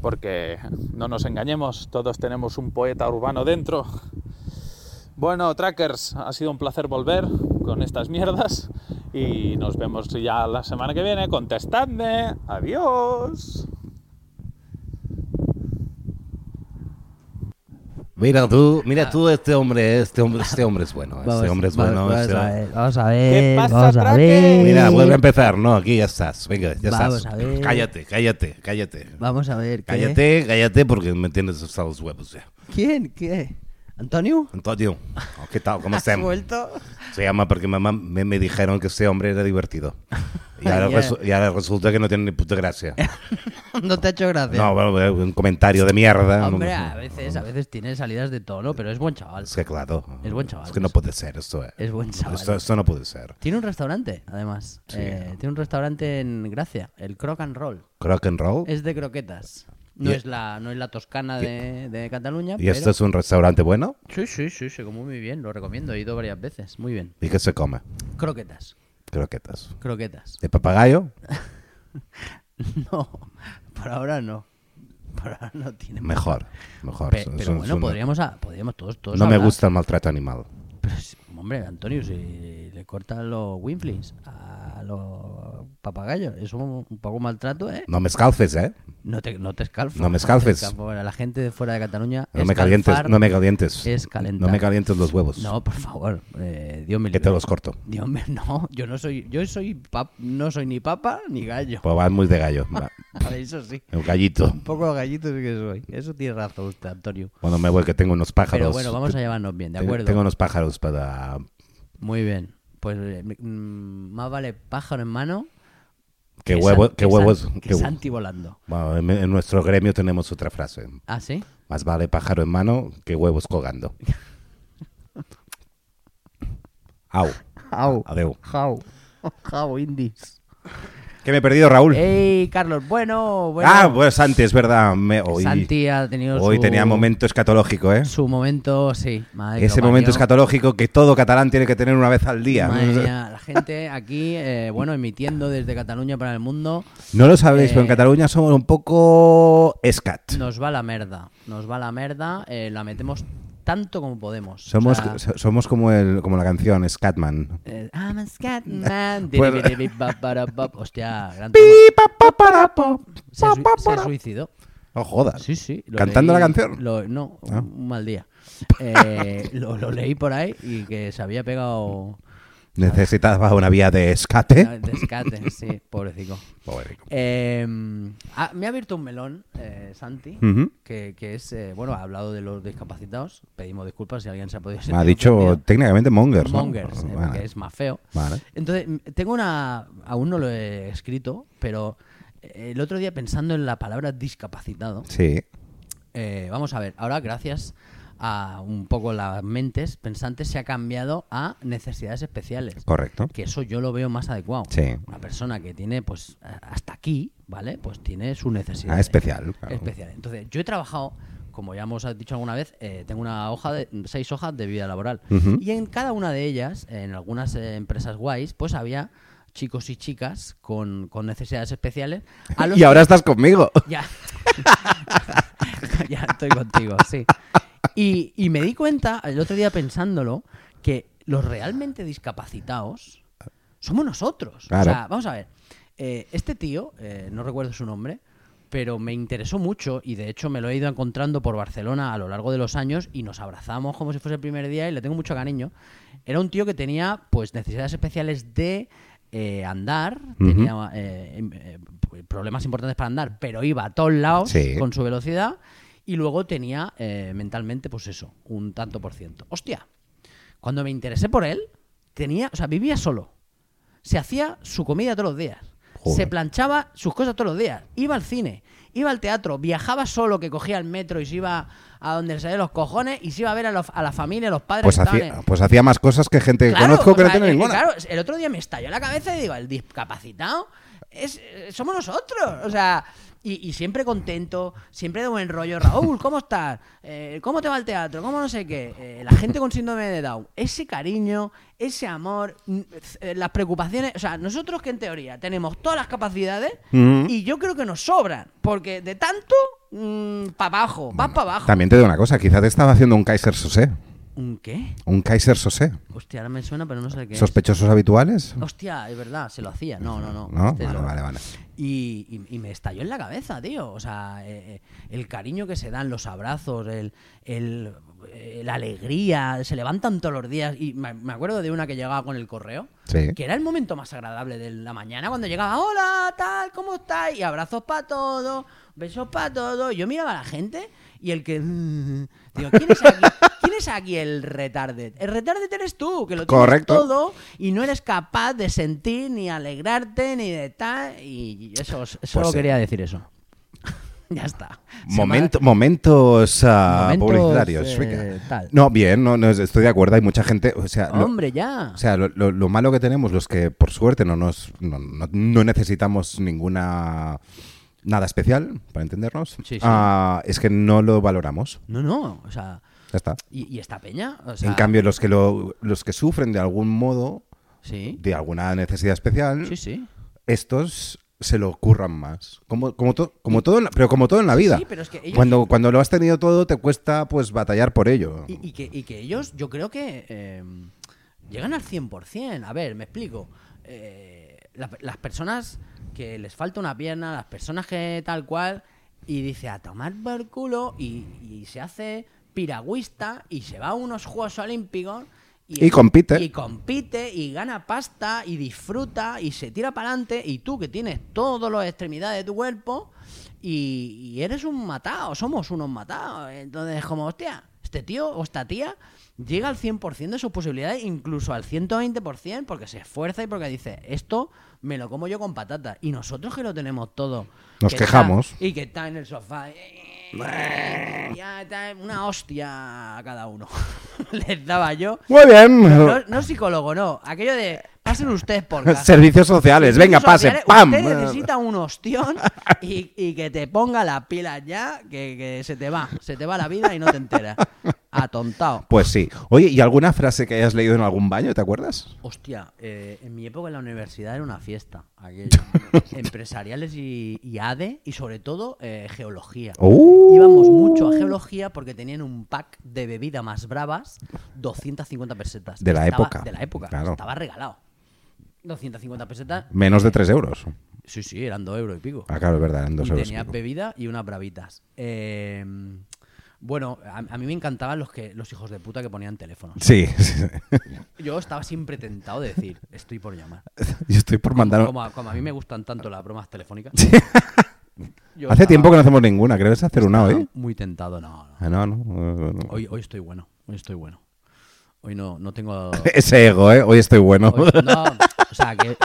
Porque no nos engañemos, todos tenemos un poeta urbano dentro. Bueno, trackers, ha sido un placer volver con estas mierdas y nos vemos ya la semana que viene. Contestadme, adiós. Mira tú, mira tú, este hombre, este hombre, este hombre es bueno, este hombre es va- bueno. Ah. vamos este- a ver, vamos a ver, ¿Qué pasa, vamos a Tracker? ver. Mira, vuelve a empezar, no, aquí ya estás, venga, ya Vamos estás. a ver. Cállate, cállate, cállate. Vamos a ver. ¿qué? Cállate, cállate porque me tienes hasta los huevos ya. ¿Quién? ¿Qué? ¿Antonio? Antonio, oh, ¿qué tal? ¿Cómo ¿Has estamos? vuelto? Se llama porque mamá me, me dijeron que este hombre era divertido. Y ahora, Ya. resu- y ahora resulta que no tiene ni puta gracia. No te ha hecho gracia. No, bueno, bueno, un comentario de mierda. Hombre, a veces, a veces tiene salidas de tono, pero es buen chaval. Es que claro. Es buen chaval. Es que no puede ser esto. eh. Es buen chaval. Esto, esto no puede ser. Tiene un restaurante, además. Eh, tiene un restaurante en Gracia, el Croc and Roll. Crock and roll. Es de croquetas. No, Oh. Y- es, la, no es la toscana de, de Cataluña. ¿Y esto pero... es un restaurante bueno? Sí, sí, sí, se come muy bien, lo recomiendo. He ido varias veces, muy bien. ¿Y qué se come? Croquetas, Croquetas. croquetas. ¿De papagayo? No, por ahora no. Por ahora no tiene. Mejor. Mejor. Pe- Es un- pero es un- bueno, podríamos, a- podríamos todos, todos. No me hablar. gusta el maltrato animal. Pero si- hombre, Antonio, si le cortan los winflings a los papagayos, es un, un poco maltrato, ¿eh? No me escalces, ¿eh? No te, no te escalfo. No me escalfes. te escalfo. Bueno, la gente de fuera de Cataluña. No me calientes, escalfar no me calientes. Es calentar. No me calientes los huevos. No, por favor. eh, Dios me Que libre. te los corto. Dios me, no, yo no soy, yo soy pap- no soy ni papa ni gallo. Pues vas muy de gallo. va. A ver, Eso sí. Un gallito. Un poco gallito sí que soy. Eso tiene razón usted, Antonio. Bueno, me voy que tengo unos pájaros. Pero bueno, vamos a llevarnos bien, ¿de Tengo- acuerdo? Tengo unos pájaros para Muy bien. Pues eh, mm, más vale pájaro en mano ¿Qué, que huevo, san- qué que san- huevos? que qué hu- Santi volando. Bueno, en, en nuestro gremio tenemos otra frase. ¿Ah, sí? Más vale pájaro en mano que huevos colgando. Au. How? Adeu. How? How, indies. Que me he perdido, Raúl. ¡Ey, Carlos! Bueno, Eh, bueno. Ah, pues Santi, es verdad. me- hoy Santi ha tenido hoy su- tenía momento escatológico, ¿eh? Su momento, sí. Madre que Ese lo momento parió. escatológico que todo catalán tiene que tener una vez al día. Madre mía, la gente aquí, eh, bueno, emitiendo desde Cataluña para el mundo, No lo sabéis, pero en Eh, Cataluña somos un poco escat. nos va la merda. Nos va la merda, eh, la metemos tanto como podemos. O Somos, sea, so- somos como, el, como la canción Scatman. eh, I'm a scatman. Pues- Diribiribibabarabob. Hostia, gran tema. Se, sui- se suicidó. No jodas. Sí, sí. lo ¿Cantando leí- la canción? lo- no, Ah. un mal día. Eh, lo, lo leí por ahí y que se había pegado Necesitabas una vía de escate. de escate, sí, pobrecito. Pobre. Eh, ah, me ha abierto un melón, eh, Santi, Ujú. que, que es, eh, bueno, ha hablado de los discapacitados. Pedimos disculpas si alguien se ha podido Me ha sentir dicho ofendido. técnicamente Mongers. ¿no? Mongers, eh, Vale. que es más feo. Vale. Entonces, m- tengo una. Aún no lo he escrito, pero eh, el otro día pensando en la palabra discapacitado, Sí. eh, vamos a ver, ahora gracias a un poco las mentes pensantes se ha cambiado a necesidades especiales Correcto. que eso yo lo veo más adecuado. Sí. Una persona que tiene, pues, a- hasta aquí, ¿vale? Pues tiene su necesidad. Ah, especial, claro. Especial. Entonces, yo he trabajado, como ya hemos dicho alguna vez, eh, tengo una hoja de, seis hojas de vida laboral. Ujú. Y en cada una de ellas, en algunas eh, empresas guays, pues había chicos y chicas con, con necesidades especiales. a los Y que- ahora estás conmigo. ya. ya estoy contigo, sí. Y, y me di cuenta, el otro día pensándolo, que los realmente discapacitados somos nosotros. O Claro. sea, vamos a ver. eh, este tío, eh, no recuerdo su nombre, pero me interesó mucho y de hecho me lo he ido encontrando por Barcelona a lo largo de los años y nos abrazamos como si fuese el primer día y le tengo mucho cariño. Era un tío que tenía pues necesidades especiales de eh, andar, tenía eh, em- eh, p- problemas importantes para andar, pero iba a todos lados Sí. con su velocidad y luego tenía eh, mentalmente pues eso, un tanto por ciento. Hostia, cuando me interesé por él, tenía, o sea, vivía solo. Se hacía su comida todos los días. Joder. Se planchaba sus cosas todos los días. Iba al cine, iba al teatro, viajaba solo, que cogía el metro y se iba a donde le salían los cojones y se iba a ver a, los- a la familia, a los padres. Pues que estaban hacía, en- pues hacía más cosas que gente que Claro, conozco o que no sea, tiene eh, ninguna. Claro, el otro día me estalló la cabeza y digo, el discapacitado es, eh, somos nosotros. O sea, y, y siempre contento, siempre de buen rollo. Raúl, ¿cómo estás? Eh, ¿Cómo te va el teatro? ¿Cómo no sé qué? Eh, la gente con síndrome de Down. Ese cariño, ese amor, mm, eh, las preocupaciones. O sea, nosotros que en teoría tenemos todas las capacidades y yo creo que nos sobran. Porque de tanto, para abajo, vas para abajo. También te digo una cosa, quizás te estaba haciendo un Kaiser Sosé. ¿Un qué? Un Kaiser Sosé. Hostia, ahora me suena, pero no sé qué. es. ¿Sospechosos habituales? Hostia, es verdad, se lo hacía. No, no, no. ¿No? Este Vale, lo- vale, vale. Y, y- y me estalló en la cabeza, tío. O sea, eh, eh, el cariño que se dan, los abrazos, el, el- eh, la alegría, se levantan todos los días. Y me, me acuerdo de una que llegaba con el correo, Sí. que era el momento más agradable de la mañana, cuando llegaba, hola, tal, ¿cómo estáis? Y abrazos para todos, besos para todos. Yo miraba a la gente y el que... "Mm, Digo, ¿quién es aquí? ¿Quién es aquí el retarded? El retarded eres tú, que lo tienes Correcto. todo todo y no eres capaz de sentir ni alegrarte ni de tal y eso s- solo Pues sí. quería decir eso ya está Se Momento- momentos, ah, Momentos, publicitarios. eh, Shwika. tal. No, bien, no, no, estoy de acuerdo. Hay mucha gente. O sea, me- lo- hombre ya O sea, lo, lo- lo malo que tenemos, los que por suerte no, nos, no, no- no necesitamos ninguna nada especial, para entendernos, Sí, sí. ah, es que no lo valoramos. no no o sea Ya está. y, y esta peña o sea, en cambio, los que, lo, los que sufren de algún modo, sí de alguna necesidad especial, sí sí estos se lo curran más. Como, como, to- como todo en la- pero como todo en la vida. sí, pero es que ellos- cuando, cuando lo has tenido todo, te cuesta pues batallar por ello. Y, y que, y que ellos, yo creo que eh, llegan al 100%. A ver, me explico. Eh, la- las personas que les falta una pierna, las personas que tal cual, y dice a tomar por culo y, y se hace piragüista y se va a unos Juegos Olímpicos. Y compite. Y compite y gana pasta y disfruta y se tira para adelante y tú que tienes todas las extremidades de tu cuerpo y, y eres un matado, somos unos matados. Entonces, como, hostia, este tío o esta tía llega al 100% de sus posibilidades, incluso al 120%, porque se esfuerza y porque dice, esto me lo como yo con patata. Y nosotros que lo tenemos todo. Nos que está- quejamos. y que está en el sofá. eh, Ya está una hostia a cada uno. Les daba yo. Muy bien. No, no psicólogo, no. Aquello de pasen ustedes por casa. Servicios sociales, venga, pase, Sociales, pam. Usted necesita un ostión y, y que te ponga las pilas ya, que, que se te va. Se te va la vida y no te enteras. Atontado. Pues sí. Oye, ¿y alguna frase que hayas leído en algún baño, te acuerdas? Hostia, eh, en mi época en la universidad era una fiesta. aquello. Empresariales y, y ADE y sobre todo eh, geología. Uh. Íbamos mucho a geología porque tenían un pack de bebida más bravas, 250 pesetas. De la Estaba- época, De la época, claro. estaba regalado. 250 pesetas. Menos de 3 euros. Sí, sí, eran 2 euros y pico. Ah, claro, es verdad, eran 2 y euros. tenías pico. bebida y unas bravitas. Eh, bueno, a, a mí me encantaban los, que, los hijos de puta que ponían teléfonos. Sí, sí, sí. Yo estaba siempre tentado de decir, estoy por llamar. Yo estoy por mandar. Como a, como a mí me gustan tanto las bromas telefónicas. yo Pues Hace estaba- tiempo ¿eh? que no hacemos ninguna, ¿crees hacer una estaba hoy? Muy tentado, no, no. Ah, no, no, no, no. Hoy, hoy estoy bueno, hoy estoy bueno. Hoy no, no tengo... Ese ego, ¿eh? Hoy estoy bueno. hoy- no, o sea, que,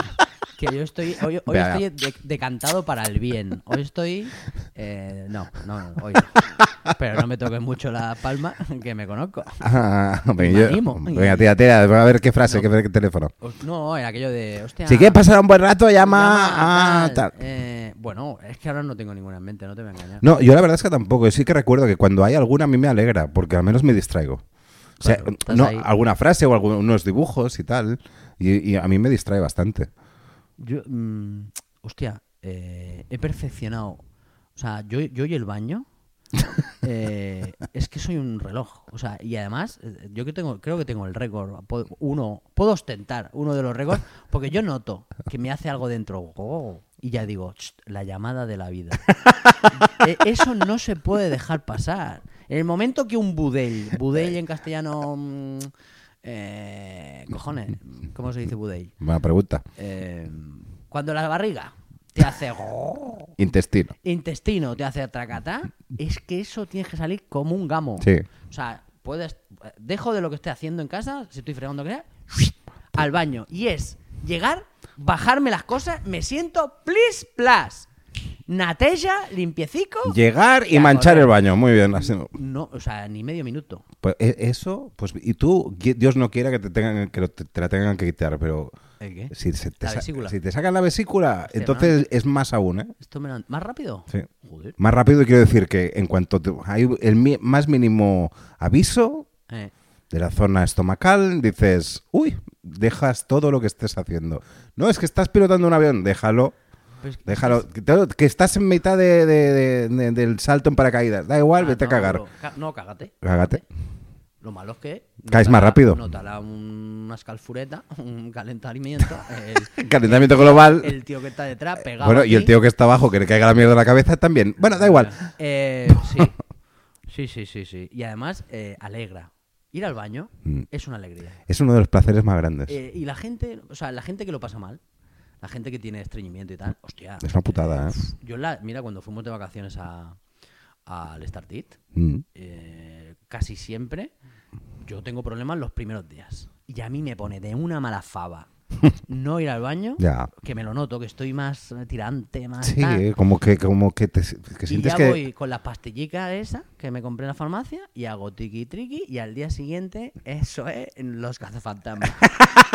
que yo estoy... Hoy, hoy Venga. estoy de- decantado para el bien. Hoy estoy... eh, no, no, hoy no. Pero no me toques mucho la palma, que me conozco. Ah, Me venga, yo- animo. venga, tira, tira, a ver qué frase, qué, qué teléfono. O- No, era aquello de... Hostia, Si quieres pasar un buen rato, llama llama a tal. Ah, tal. Eh, bueno, es que ahora no tengo ninguna en mente, no te voy a engañar. No, yo la verdad es que tampoco. Yo sí que recuerdo que cuando hay alguna a mí me alegra, porque al menos me distraigo. O sea, Claro, estás no, ahí. alguna frase o algunos dibujos y tal. Y, y a mí me distrae bastante. Yo, mm, hostia, eh, he perfeccionado. O sea, yo, yo y el baño. eh, es que soy un reloj. O sea, y además, eh, yo que tengo, creo que tengo el récord. puedo- Uno, puedo ostentar uno de los récords porque yo noto que me hace algo dentro. "Oh", y ya digo, "Ch, la llamada de la vida. Eh, Eso no se puede dejar pasar. En el momento que un budel, budel en castellano. mm, eh, cojones, ¿cómo se dice budel? Buena pregunta. Eh, cuando la barriga te hace go- Intestino. intestino te hace tracatá, es que eso tienes que salir como un gamo. Sí. O sea, puedes dejo de lo que esté haciendo en casa, si estoy fregando que al baño y es llegar, bajarme las cosas, me siento plis plas. Natella, limpiecico. Llegar y Ya, manchar correcto. el baño. Muy bien. así. No, o sea, ni medio minuto. Pues, e- eso, pues, y tú, qui- Dios no quiera que te tengan que lo- te, te la tengan que quitar, pero ¿El qué? si, se te La sa- vesícula. si te sacan la vesícula, Hostia, entonces es más aún, ¿eh? Esto me lo han- más rápido. Sí. Joder. Más rápido quiero decir que en cuanto te- hay el mi- más mínimo aviso Eh, de la zona estomacal, dices, uy, dejas todo lo que estés haciendo. No, es que estás pilotando un avión, déjalo. pero es que- Déjalo, que te- que estás en mitad de- de- de- de- del salto en paracaídas. Da igual, Ah, vete no, a cagar. pero ca- no, cágate. Cágate. Lo malo es que. Caes notará- más rápido. Notará un- una escalfureta, un calentamiento. El, Calentamiento global. el tío que está detrás pegado. Bueno, y el aquí. Ah, tío que está abajo, que le caiga la mierda en la cabeza también. Bueno, da igual. Eh, sí. Sí, sí, sí, sí. Y además, eh, alegra. Ir al baño Mm. es una alegría. Es uno de los placeres más grandes. Eh, y la gente, o sea, la gente que lo pasa mal, la gente que tiene estreñimiento y tal, hostia. Es una putada, ¿eh? Yo la, mira, cuando fuimos de vacaciones a, al Startit, Mm. eh, casi siempre yo tengo problemas los primeros días. Y a mí me pone de una mala fava no ir al baño, Ya. que me lo noto, que estoy más tirante, más Sí, tal. eh, como que, como que te que Y sientes ya que. voy con la pastillita esa que me compré en la farmacia y hago triqui triqui y al día siguiente eso es los cazafantasmas.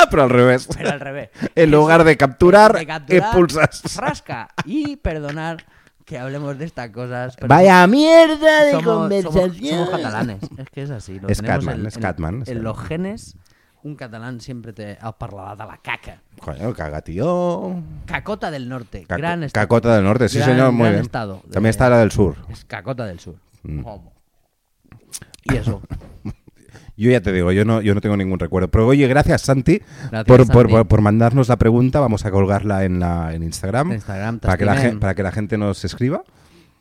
Ah, pero al revés. Pero al revés. En Eso lugar de capturar, de capturar, expulsas. Rasca. Y perdonar que hablemos de estas cosas. pero Vaya mierda somos- somos, somos catalanes. Es que es así. Lo Es tenemos Catman, en, es en- Catman, es en Catman. los genes, un catalán siempre te ha parlado de la caca. Coño, caga, tío. Cacota del norte. Caco- gran estado. Cacota del norte, sí, Gran- señor, muy gran bien. estado de- También está la del sur. Es cacota del sur. Mm. Homo. Y eso. Yo ya te digo, yo no, yo no tengo ningún recuerdo. Pero oye, gracias Santi, Gracias, por, por- Santi. por- por mandarnos la pregunta. Vamos a colgarla en, la, en Instagram. En Instagram, te para que, la, estimen. gen- para que la gente nos escriba.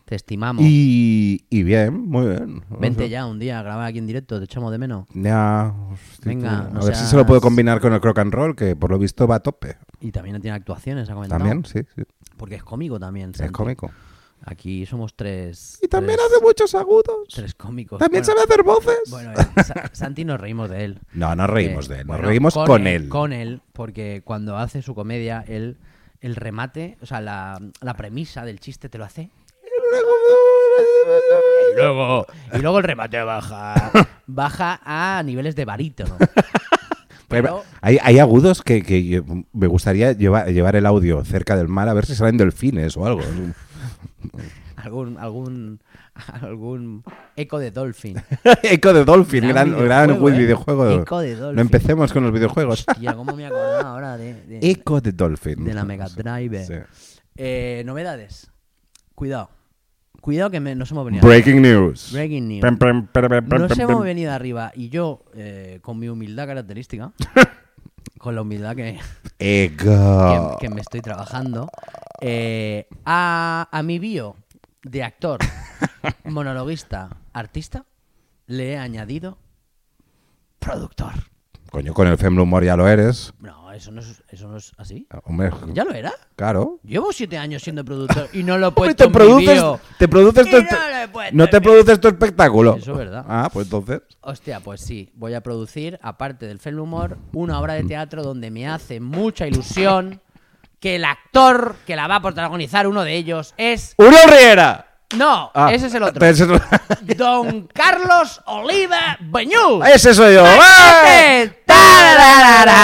Te estimamos. Y, y bien, muy bien. Vente ya un día a grabar aquí en directo. Te echamos de menos. Ya, hostia, Venga, tú. a no ver si se lo puedo seas- combinar con el crock and roll, que por lo visto va a tope. Y también tiene actuaciones, ha comentado. También, sí, sí. Porque es cómico también. Es Santi. cómico. Aquí somos tres. Y también tres- hace muchos agudos. Tres cómicos. También Pues Bueno, sabe hacer voces. Bueno, eh, Sa- Santi nos reímos de él. no, nos reímos Eh, de él. Nos bueno, reímos con, él. Con él, porque cuando hace su comedia, él, el remate, o sea, la, la premisa del chiste te lo hace. Y luego, y luego el remate baja. Baja a niveles de barítono. Pero- hay, hay agudos que, que yo- me gustaría llevar, llevar el audio cerca del mar a ver si salen delfines o algo. Algún, algún, algún eco de dolphin. Eco de Dolphin, gran, Gran gran videojuego, buen ¿eh? videojuego. Eco de Dolphin. No empecemos con los videojuegos. Tía, ¿cómo me he acordado ahora de, de- Eco de Dolphin. de la Mega Drive? Eh, novedades. Cuidado. Cuidado que me- nos hemos venido. Breaking news. Breaking news. Pem, pem, pem, pem, pem, Nos pem, hemos pem. venido arriba y yo, eh, con mi humildad característica, con la humildad que, que, Eco. que me estoy trabajando, eh, a, a mi bio de actor, monologuista, artista, le he añadido productor. Coño, con el Femble Humor ya lo eres. No, eso no es, eso no es así. Hombre, ¿Ya lo era? claro. Llevo siete años siendo productor y no lo he Hombre, puesto te en mi produces, bio. te produces Y tu, no lo he puesto no te en mi- produces tu espectáculo. Eso es verdad. Ah, pues entonces. Hostia, pues sí, voy a producir, aparte del Fel Humor, una obra de teatro donde me hace mucha ilusión que el actor que la va a protagonizar, uno de ellos, es. ¡Uno Riera! ¡No! Ah, ese es el otro. ese es- Don Carlos Oliva Beñú. ¡Ese soy yo! ¡Eh! ¡Ah!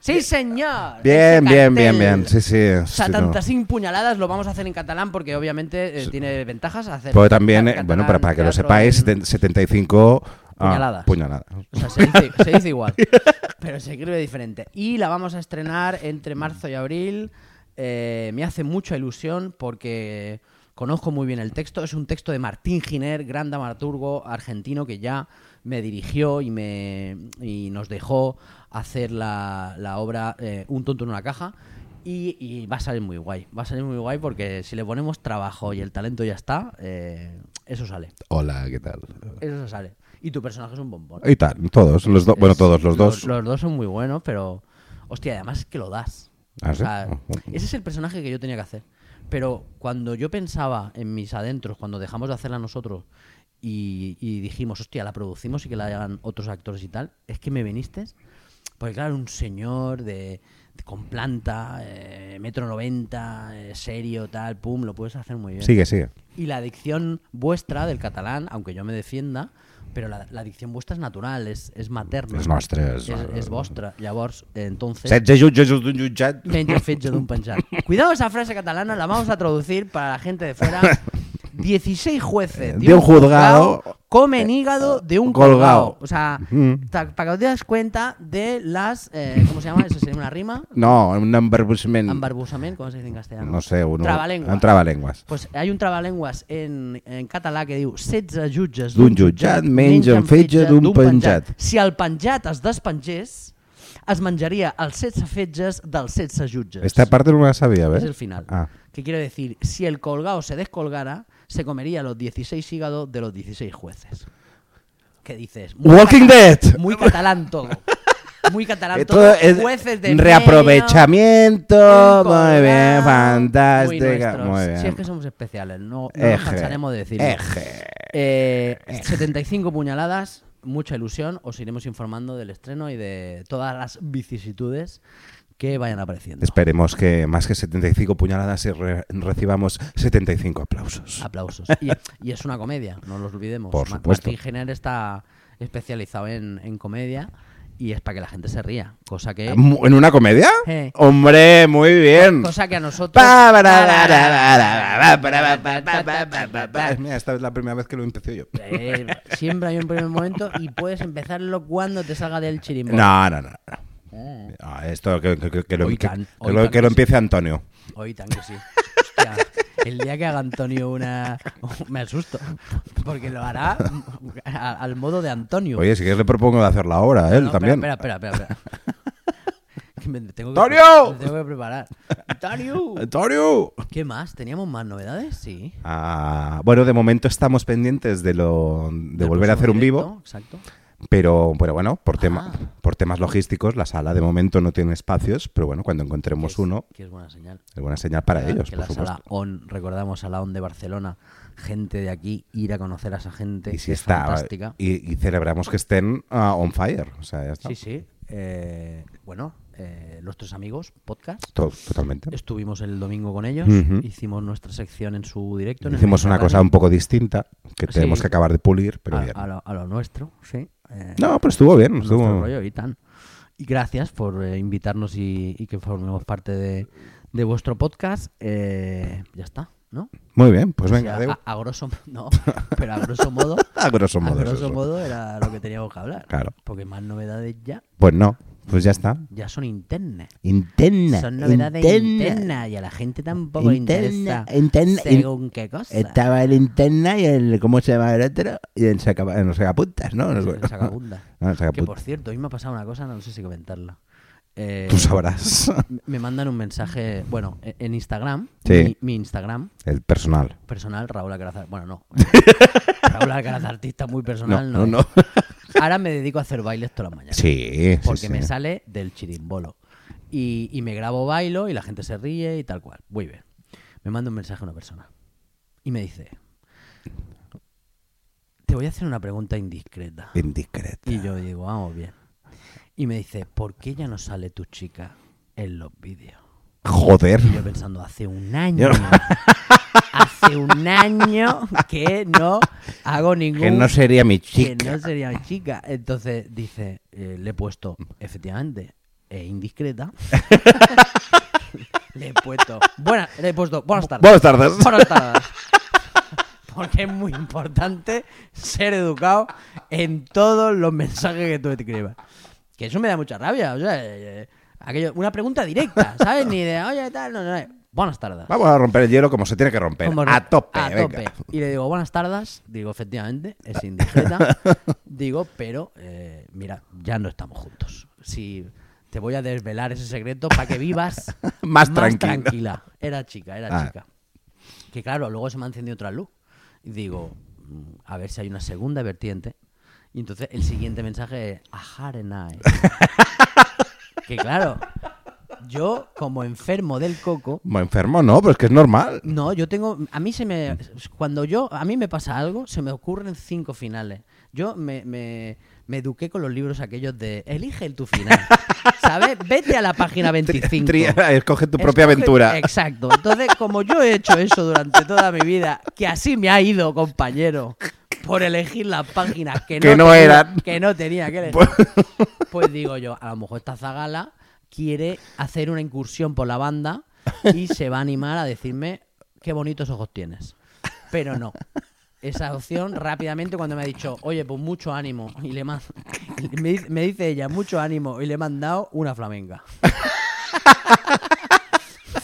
Sí, señor. Bien, Ese bien, bien, cartel. bien. Sí, sí. O sea, sí, no. tantas puñaladas lo vamos a hacer en catalán porque obviamente eh, tiene ventajas hacer. Pero también, eh, catalán, bueno, para, para que lo teatro sepáis, en- seten- 75 ah, Puñaladas. puñaladas. O sea, se dice, se dice igual, pero se escribe diferente. Y la vamos a estrenar entre marzo y abril. Eh, me hace mucha ilusión porque conozco muy bien el texto. Es un texto de Martín Giner, gran dramaturgo argentino que ya me dirigió y, me, y nos dejó hacer la, la obra eh, Un tonto en una caja. Y, y va a salir muy guay, va a salir muy guay porque si le ponemos trabajo y el talento ya está, eh, eso sale, Hola, ¿qué tal? eso sale. Y tu personaje es un bombón. Y tal, todos, los dos, Oh, bueno, Es- todos, los dos. Los dos son muy buenos, pero. Hostia, además es que lo das. ¿Ah, O sí? sea, Ujú. ese es el personaje que yo tenía que hacer. Pero cuando yo pensaba en mis adentros, cuando dejamos de hacerla nosotros y, y dijimos, hostia, la producimos y que la hagan otros actores y tal, es que me viniste. Porque claro, un señor de, de- con planta, eh, metro 90, eh, serio, tal, pum, lo puedes hacer muy bien. Sigue, sigue. Y la dicción vuestra del catalán, aunque yo me defienda, pero la, la dicción vuestra es natural, es, es materna. És nostra, és- És, és vostra. Llavors, eh, entonces... Setze jutges d'un jutjat. Menja fetge de un penjar. Cuidado esa frase catalana, la vamos a traducir para la gente de fuera. 16 jueces Eh, de un juzgado, eh, comen hígado de un colgado. colgao. O sea, Mm. ta- para que os des cuenta de las. eh, ¿Cómo se llama? ¿Eso sería una rima? No, un embarbussement. Ambarbusamen, ¿cómo se dice en castellano? Mm. No sé, uno. Trabalenguas. Un trabalenguas. Pues hay un trabalenguas en, en català que diu 16 jutges D'un jutjat mengen fetge d'un penjat." Si el penjat es despengés, es menjaria els 16 fetges dels 16 jutges. Esta parte no la sabía, ¿ves? Es el final. Ah. Que quiere decir, si el colgado se descolgara, se comería los 16 hígados de los 16 jueces. ¿Qué dices? Muy Walking catalán- Dead. Muy catalán todo. Muy catalán Esto todo. es jueces de reaprovechamiento. medio, Muy bien, colgado, muy fantástica. nuestros. Muy bien. Si es que somos especiales, no, no nos Eje, cansaremos de decirlo. eje. Eh, 75 puñaladas, mucha ilusión. Os iremos informando del estreno y de todas las vicisitudes que vayan apareciendo. Esperemos que más que 75 puñaladas y re- recibamos 75 aplausos. Aplausos. Y, y es una comedia, no los olvidemos. Por Ma- supuesto. Martín Jenner está especializado en, en comedia y es para que la gente se ría, cosa que, ¿Eh? ¿Mu- ¿En una comedia? Eh. Hombre, muy bien. cosa que a nosotros... Pa, ba, ra, ra, ra, ra, ra, ra, ra, ra, ra, ra, ra, ra, ra, ra. Mira, esta es la primera vez que lo empecé yo. Eh, siempre hay un primer momento y puedes empezarlo cuando te salga del chirimbo. Eh, No, no, no. no. Ah, esto que, que- que- que lo, que, Oigan, que oigan lo- que que lo sí. empiece Antonio. Hoy tan que sí. Hostia, el día que haga Antonio una... Me asusto, porque lo hará a- al modo de Antonio. Oye, si quieres le propongo de hacerla ahora, él No, también. Espera, espera, espera. espera, Que me tengo que- ¡Antonio! me tengo que preparar. ¡Antonio! ¡Antonio! ¿Qué más? ¿Teníamos más novedades? Sí. Ah, bueno, de momento estamos pendientes de lo de Del volver a hacer próximo un directo, vivo, Exacto. pero, pero bueno, por, tema, Ah. por temas logísticos, la sala de momento no tiene espacios, pero bueno, cuando encontremos Que es- uno, Que es buena señal. es buena señal para ¿Verdad? ellos, que por la sala supuesto. ON, recordamos a la ON de Barcelona, gente de aquí, ir a conocer a esa gente. Y si que es está, fantástica. y, y celebramos que estén ah, on fire, o sea, ya está. Sí, sí. Eh, bueno, eh, los tres amigos, podcast. To- totalmente. Estuvimos el domingo con ellos, Ujú. hicimos nuestra sección en su directo. en el Hicimos una cosa Mediterráneo, un poco distinta que ¿eh? Sí. Ah, tenemos que acabar de pulir, pero a, bien. a lo, a lo nuestro, sí. Eh, No, pero estuvo bien, nuestro estuvo- rollo y tan. Y gracias por eh, invitarnos y, y que formemos parte de, de vuestro podcast. Eh, ya está, ¿no? Muy bien, pues O venga, sea, adeu. a, a grosso no, pero a grosso modo, A grosso modo. a es grosso eso. modo era lo que teníamos que hablar. Claro. Porque más novedades ya, Pues no, pues ya está. ya son internas. Interna. Son novedades interna. internas y a la gente tampoco le Interna, interesa. interna, in- según qué cosa. Estaba el interna y el. ¿Cómo se llama el otro? Y el saca, en los sacapuntas, ¿no? No sé. El sacabunda. No, el Que por sacapuntas. cierto, hoy me ha pasado una cosa, no sé si comentarla. Eh, Tú sabrás. me mandan un mensaje, bueno, e- en Instagram, Sí. mi, mi Instagram El personal. personal, Raúl Alcaraz, Ar- bueno, no. Raúl Alcaraz, artista muy personal, no. No, no, es. no. Ahora me dedico a hacer bailes todas las mañanas. Sí, sí, Porque sí. me sale del chirimbolo. Y, y me grabo bailo y la gente se ríe y tal cual. Muy bien. Me manda un mensaje una persona. Y me dice, te voy a hacer una pregunta indiscreta. Indiscreta. Y yo digo, vamos bien. Y me dice, ¿por qué ya no sale tu chica en los vídeos? Joder. Y yo pensando, hace un año. hace un año que no hago ningún. Que no sería mi que chica. no sería mi chica. Entonces dice, eh, le he puesto, efectivamente, eh, indiscreta. le he puesto. Buena, le he puesto, buenas tardes. Buenas tardes. Buenas tardes. Porque es muy importante ser educado en todos los mensajes que tú escribas. Que eso me da mucha rabia. O sea, eh, eh, aquello- una pregunta directa, ¿sabes? Ni de, oye, tal, no, no. no. Buenas tardes. Vamos a romper el hielo como se tiene que romper. Como no- a tope, a venga. tope. Y le digo, buenas tardes. Digo, efectivamente, es indiscreta. digo, pero, eh, mira, ya no estamos juntos. Si te voy a desvelar ese secreto para que vivas Más tranquila. Era chica, era Ah. chica. Que claro, luego se me ha encendido otra luz. Y digo, mm, a ver si hay una segunda vertiente. Y entonces el siguiente mensaje es, ajarenai. que claro, yo como enfermo del coco, Bueno, enfermo no, pero es que es normal. no, yo tengo. A mí se me. Cuando yo. A mí me pasa algo, se me ocurren cinco finales. Yo me, me, me eduqué con los libros aquellos de. Elige el tu final. ¿Sabes? Vete a la página 25. Tri- escoge tu propia Escoge- aventura. Exacto. Entonces, como yo he hecho eso durante toda mi vida, que así me ha ido, compañero, por elegir las páginas que no, Que no tenía- eran. Que no tenía que elegir. Pues digo yo, a lo mejor esta zagala quiere hacer una incursión por la banda y se va a animar a decirme qué bonitos ojos tienes. pero no. Esa opción rápidamente cuando me ha dicho, oye, pues mucho ánimo. Y le man- me, di- me dice ella, mucho ánimo. Y le he mandado una flamenca.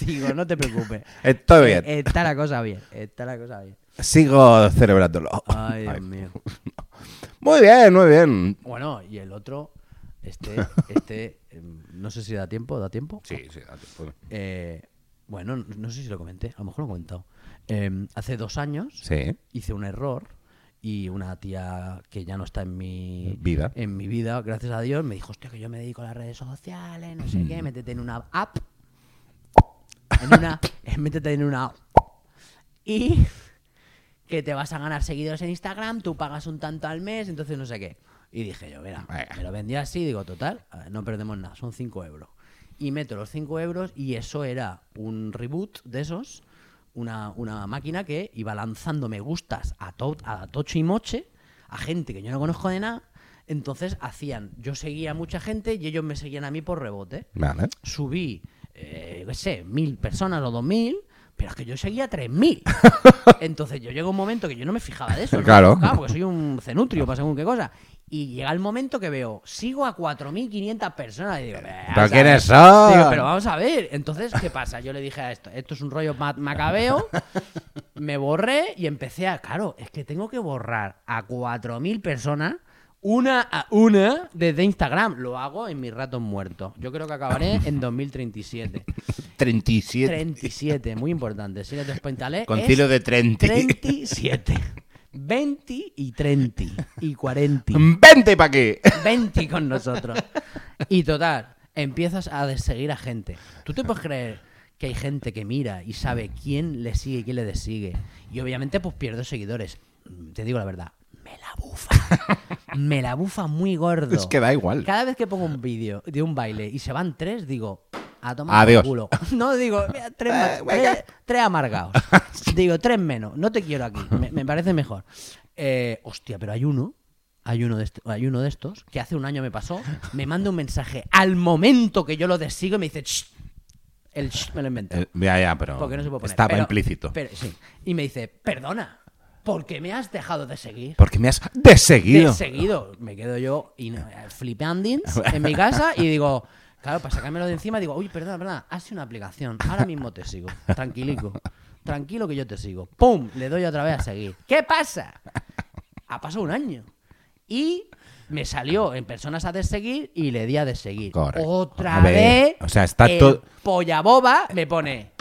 Digo, no te preocupes. Eh, Está bien. Está la cosa bien. Está la cosa bien. Sigo celebrándolo. Ay, Dios mío. Muy bien, muy bien. Bueno, y el otro, este, este, eh, no sé si da tiempo, ¿da tiempo? Sí, pues. sí. Eh, bueno, no sé si lo comenté, a lo mejor lo he comentado. Eh, hace dos años Sí. hice un error y una tía que ya no está en mi Vida. en mi vida, gracias a Dios, me dijo, hostia, que yo me dedico a las redes sociales, no sé qué, métete en una app. En una, métete en una app. Y que te vas a ganar seguidores en Instagram, tú pagas un tanto al mes, entonces no sé qué. Y dije yo, mira, me lo vendía así, digo, total, eh, no perdemos nada, son 5 euros. Y meto los 5 euros y eso era un reboot de esos, una, una máquina que iba lanzando me gustas a, to- a tocho y moche, a gente que yo no conozco de nada. Entonces hacían, yo seguía a mucha gente y ellos me seguían a mí por rebote Vale. subí, eh, yo qué sé, mil personas o dos mil, pero es que yo seguía tres mil. Entonces yo llegó un momento que yo no me fijaba de eso. ¿no? Claro. Claro, porque soy un cenutrio para según qué cosa. Y llega el momento que veo, sigo a 4.500 personas. Y digo, ¿Pero ¿Pero quiénes son? Ah, Digo, pero vamos a ver. Entonces, ¿qué pasa? Yo le dije a esto, esto es un rollo ma- macabeo. Me borré y empecé a, claro, es que tengo que borrar a 4.000 personas una a una desde Instagram. Lo hago en mis ratos muertos. Yo creo que acabaré en 2037. 37. 37, muy importante. Si te pentales, Concilio de 30. 37. 20 y 30 y 40. ¡Vente pa' aquí! 20 con nosotros. Y total, empiezas a seguir a gente. ¿Tú te puedes creer que hay gente que mira y sabe quién le sigue y quién le desigue? Y obviamente pues pierdo seguidores. Mm, Te digo la verdad, me la bufa. Me la bufa muy gordo. Es que da igual. Cada vez que pongo un vídeo de un baile y se van tres, digo, a tomar Adiós. Eh, por culo. No, digo, mira, tres, ma- tres- tres amargados. Digo, tres menos. No te quiero aquí. Me, me parece mejor. Eh, hostia, pero hay uno. Hay uno, de est- hay uno de estos que hace un año me pasó, me manda un mensaje al momento que yo lo desigo y me dice, "Shh". el shh me lo invento. Eh, Ya, ya, pero. Porque no se puede poner. Estaba Pero- implícito. pero sí. Y me dice, perdona, ¿por qué me has dejado de seguir? Porque me has deseguido. seguido. Me quedo yo in- flipandins en mi casa y digo, claro, para sacármelo de encima digo, uy, perdona, perdona, has sido una aplicación. Ahora mismo te sigo. Tranquilico. Tranquilo que yo te sigo. ¡Pum! Le doy otra vez a seguir. ¿Qué pasa? Ha pasado un año. Y me salió en personas a deseguir y le di a deseguir. Correcto. Otra A ver, vez. o sea, está el todo- Polla boba me pone.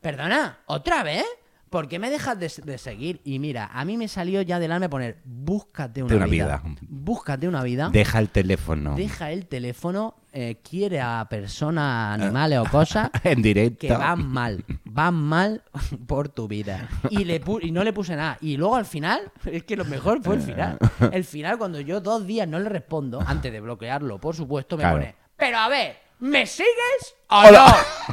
Perdona, ¿otra vez? ¿Por qué me dejas de, de seguir? Y mira, a mí me salió ya del alma poner, búscate una, De una vida, vida. Búscate una vida. Deja el teléfono. Deja el teléfono, eh, quiere a personas, Ah. animales o cosas En directo. que van mal, van mal por tu vida. Y, le pu- y no le puse nada. Y luego al final, es que lo mejor fue el final. El final, cuando yo dos días no le respondo, antes de bloquearlo, por supuesto, me Claro. pone, pero a ver, ¿me sigues o no?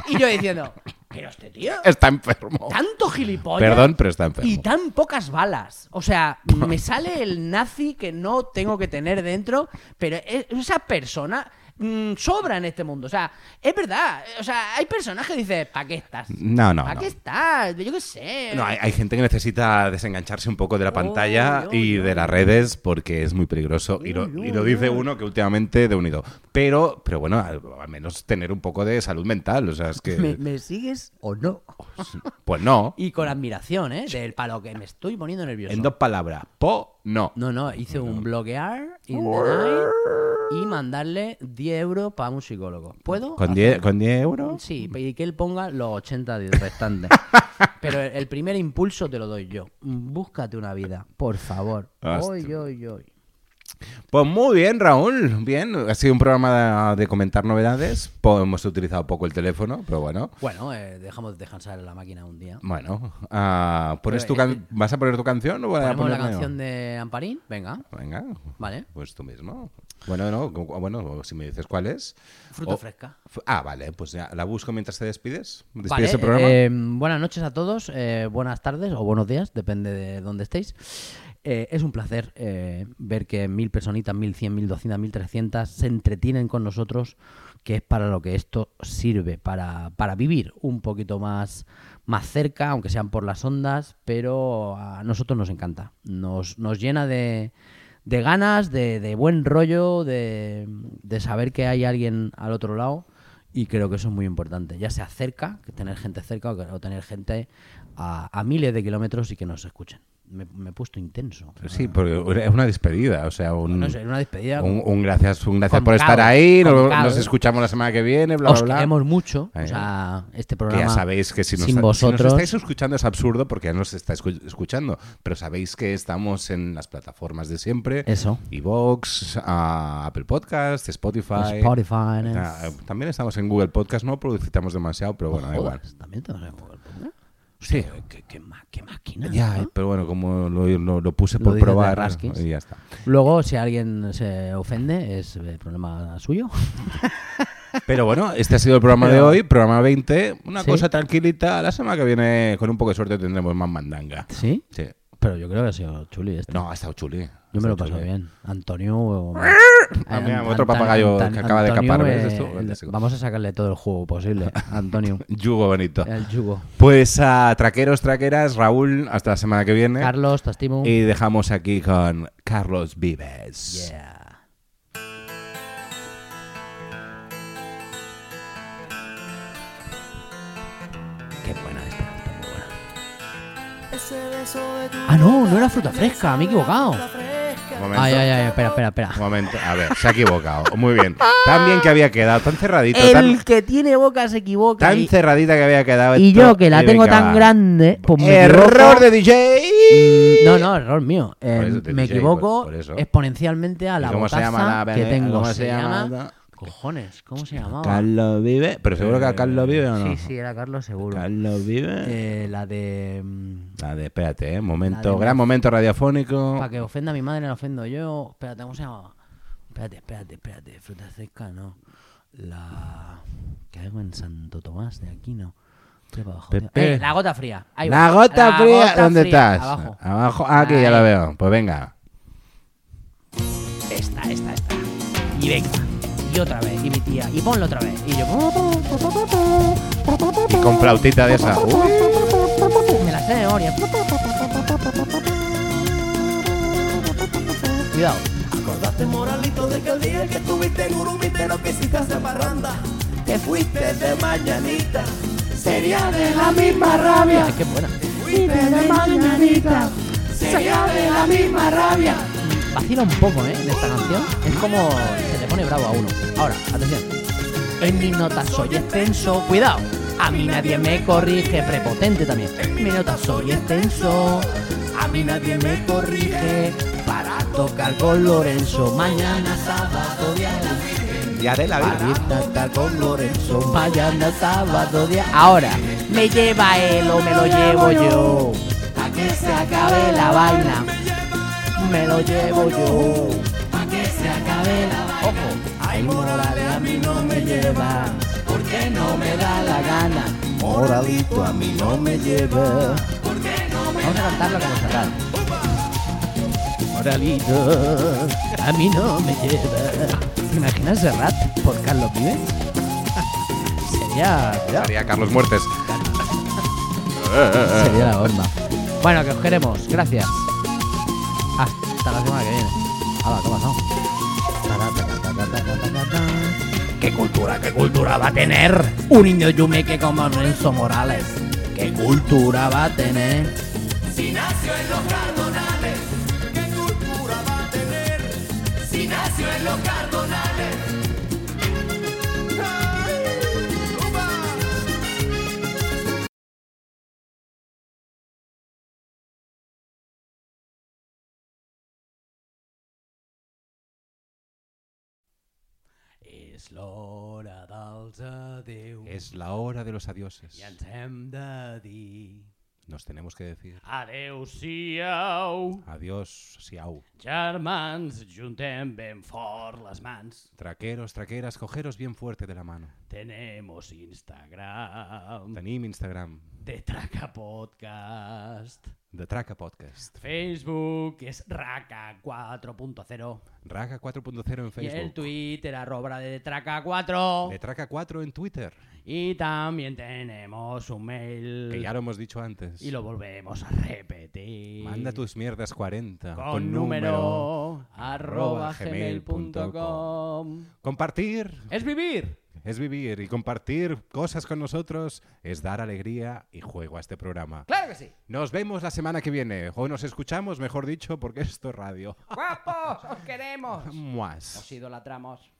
Y yo diciendo, pero este tío, Está enfermo. tanto gilipollas. Perdón, pero está enfermo. Y tan pocas balas. O sea, me sale el nazi que no tengo que tener dentro, pero e- esa persona mm, sobra en este mundo. O sea, es verdad. O sea, hay personas que dicen, ¿para qué estás? No, no, ¿Para no. qué estás? Yo qué sé. No, hay, hay gente que necesita desengancharse un poco de la pantalla yo, y yo. de las redes porque es muy peligroso. Y lo, Yo, yo, y lo dice yo. uno que últimamente de unido. Pero, pero bueno, al, al menos tener un poco de salud mental. O sea, es que. ¿Me, me sigues o no? Pues no. Y con admiración, ¿eh? Del palo que me estoy poniendo nervioso. En dos palabras. Po, no. No, no, hice un bloquear in the night y mandarle 10 euros para un psicólogo. ¿Puedo? ¿Con 10 con 10 euros? Sí, y que él ponga los 80 de restantes. Pero el- el primer impulso te lo doy yo. Búscate una vida, por favor. Oy, oy, oy. Pues muy bien, Raúl. Bien, ha sido un programa de, de comentar novedades. Po- hemos utilizado poco el teléfono, pero bueno. Bueno, eh, dejamos descansar la máquina un día. Bueno, ah, ¿pones tu Pero, eh, can- ¿vas a poner tu canción o voy a ¿Ponemos poner la canción de Amparín? Venga, Venga, vale. pues tú mismo. Bueno, no, gu- gu- bueno, si me dices cuál es. Fruta O- fresca. f- Ah, vale, pues ya la busco mientras te despides. ¿Despides Vale, el programa? eh, buenas noches a todos, eh, buenas tardes o buenos días, depende de dónde estéis. Eh, es un placer eh, ver que mil personitas, mil cien, mil doscientas, mil trescientas se entretienen con nosotros, que es para lo que esto sirve, para, para vivir un poquito más, más cerca, aunque sean por las ondas, pero a nosotros nos encanta. Nos, nos llena de, de ganas, de, de buen rollo, de, de saber que hay alguien al otro lado. Y creo que eso es muy importante, ya sea cerca, que tener gente cerca o, que- o tener gente a, a miles de kilómetros y que nos escuchen. Me, me he puesto intenso. Sí, porque es una despedida, o sea, un, No sé, era una despedida. un, un gracias, un gracias Con por estar caos, ahí, con ¿eh? nos, caos. nos escuchamos la semana que viene, bla, Os bla, bla. queremos mucho. Eh. O sea, este Que programa. ya sabéis que si nos, sin si nos vosotros. estáis escuchando es absurdo porque ya nos estáis escu- escuchando, pero sabéis que estamos en las plataformas de siempre. Eso. Evox, a Apple Podcast, Spotify. Spotify, ¿no? Ah, También estamos en Google Podcast, no publicitamos demasiado, pero bueno, da igual. Joder, También te vas a jugar, ¿no? Sí. Qué, qué ma- qué máquina. Ya, eh. ¿no? pero bueno, como lo, lo- lo puse Lo por dices de probar Raskins. y ya está. Luego, si alguien se ofende, es eh, problema suyo. Pero bueno, este ha sido el programa de Pero- hoy, programa 20. Una Sí. cosa tranquilita. La semana que viene, con un poco de suerte, tendremos más mandanga. ¿Sí? Sí. Pero yo creo que ha sido chuli este. No, ha estado chuli. Yo me lo paso bien. Antonio. o- Ah, mira, An- otro Antan- papagayo Antan- que acaba de escapar, ¿ves eh, esto? Vente, sigo. vamos a sacarle todo el juego posible, Antonio. Yugo bonito. El yugo. Pues a traqueros, traqueras, Raúl, hasta la semana que viene. Carlos, te estimo. Eh. Y dejamos aquí con Carlos Vives. Yeah. Qué buena esta, está muy buena. Ah, no, no era fruta fresca, me he equivocado. Un momento. Ay, ay, ay, espera, espera, espera. Un momento. A ver, se ha equivocado. Muy bien. Tan bien que había quedado, tan cerradito, tan, El que tiene boca se equivoca. tan Y, cerradita que había quedado. y esto. yo que la Y tengo venga, tan va. grande, pues me Error equivoco. de DJ. Mm, No, no, error mío. Eh, Por eso te me dije, equivoco por- por eso. exponencialmente a la ¿Y cómo se bocaza llama la- que tengo. cómo se, se llama llama... la- Cojones, ¿cómo se llamaba? Carlos Vive. Pero seguro que a Carlos Vive o no. Sí, sí, era Carlos seguro. Carlos Vive. Eh, la de... mm, La de, espérate, eh, momento, La de- gran momento radiofónico. Para que ofenda a mi madre, la ofendo yo. Espérate, ¿cómo se llamaba? Espérate, espérate, espérate. Fruta seca, no. La. Que hago en Santo Tomás de aquí, no. Estoy para abajo, tío. Pepe. Eh, la gota fría. Ahí La va. gota La fría, gota ¿dónde fría, estás? Abajo. Ah, aquí ya Ahí. la veo. Pues venga. Esta, esta, esta. Y venga. Y otra vez. Y mi tía. Y ponlo otra vez. Y yo. "Uh, Y con flautita de esa. Uy. uh, Me la sé de memoria. Cuidado. Acordaste moralito de que el día que estuviste en Urumitero que hiciste hacer parranda Te fuiste de mañanita Sería de la misma rabia Ay, qué buena. Fuiste de mañanita Sería de la misma rabia Vacila un poco, ¿eh? De esta canción. Es como se le pone bravo a uno. Ahora, atención. En mis notas soy extenso. Cuidado. A mí nadie me corrige. Prepotente también. En mis notas soy extenso. A mí nadie me corrige. Para tocar con Lorenzo. Mañana sábado día de la Virgen. Ya de la Para tocar con Lorenzo. Mañana sábado día. Ahora. Me lleva él o me lo llevo yo. A que se acabe la vaina. Me lo llevo yo. Pa' que se acabe la vaina. Ojo. Hay morales a mí no me lleva. Porque no me da la gana. Moralito a mí no me lleva. Vamos a cantarlo como cerrar. Moralito a mí no me lleva. ¿Te imaginas Serrat por Carlos Vives? Sería. cuidado. María Carlos Muertes. Sería la bomba. Bueno, que os queremos. Gracias. Ah, Hasta la semana que viene. Hala, ¿qué ha pasado? ¿Qué cultura, qué cultura va a tener un indio yumeque como Renzo Morales? ¿Qué cultura va a tener? És l'hora dels adeus. Es la hora de los adioses. I ens hem de dir Nos tenemos que decir adeu-siau. adiós, siau. Germans, juntem ben fort les mans. Traqueros, traqueras, cogeros bien fuerte de la mano. Tenemos Instagram. Tenim Instagram. de Traca Podcast. The Traca Podcast. Facebook es Raca 4.0. Raca 4.0 en Y el Facebook. Twitter arroba de Traca 4. The Traca 4 en Twitter. Y también tenemos un mail. Que ya lo hemos dicho antes. Y lo volvemos a repetir. Manda tus mierdas 40. con, número arroba gmail.com. Compartir Es vivir. es vivir y compartir cosas con nosotros es dar alegría y juego a este programa. Claro que sí. Nos vemos la semana que viene, o nos escuchamos, mejor dicho, porque esto es radio. ¡Guapos! ¡Os queremos! Muas. Os idolatramos.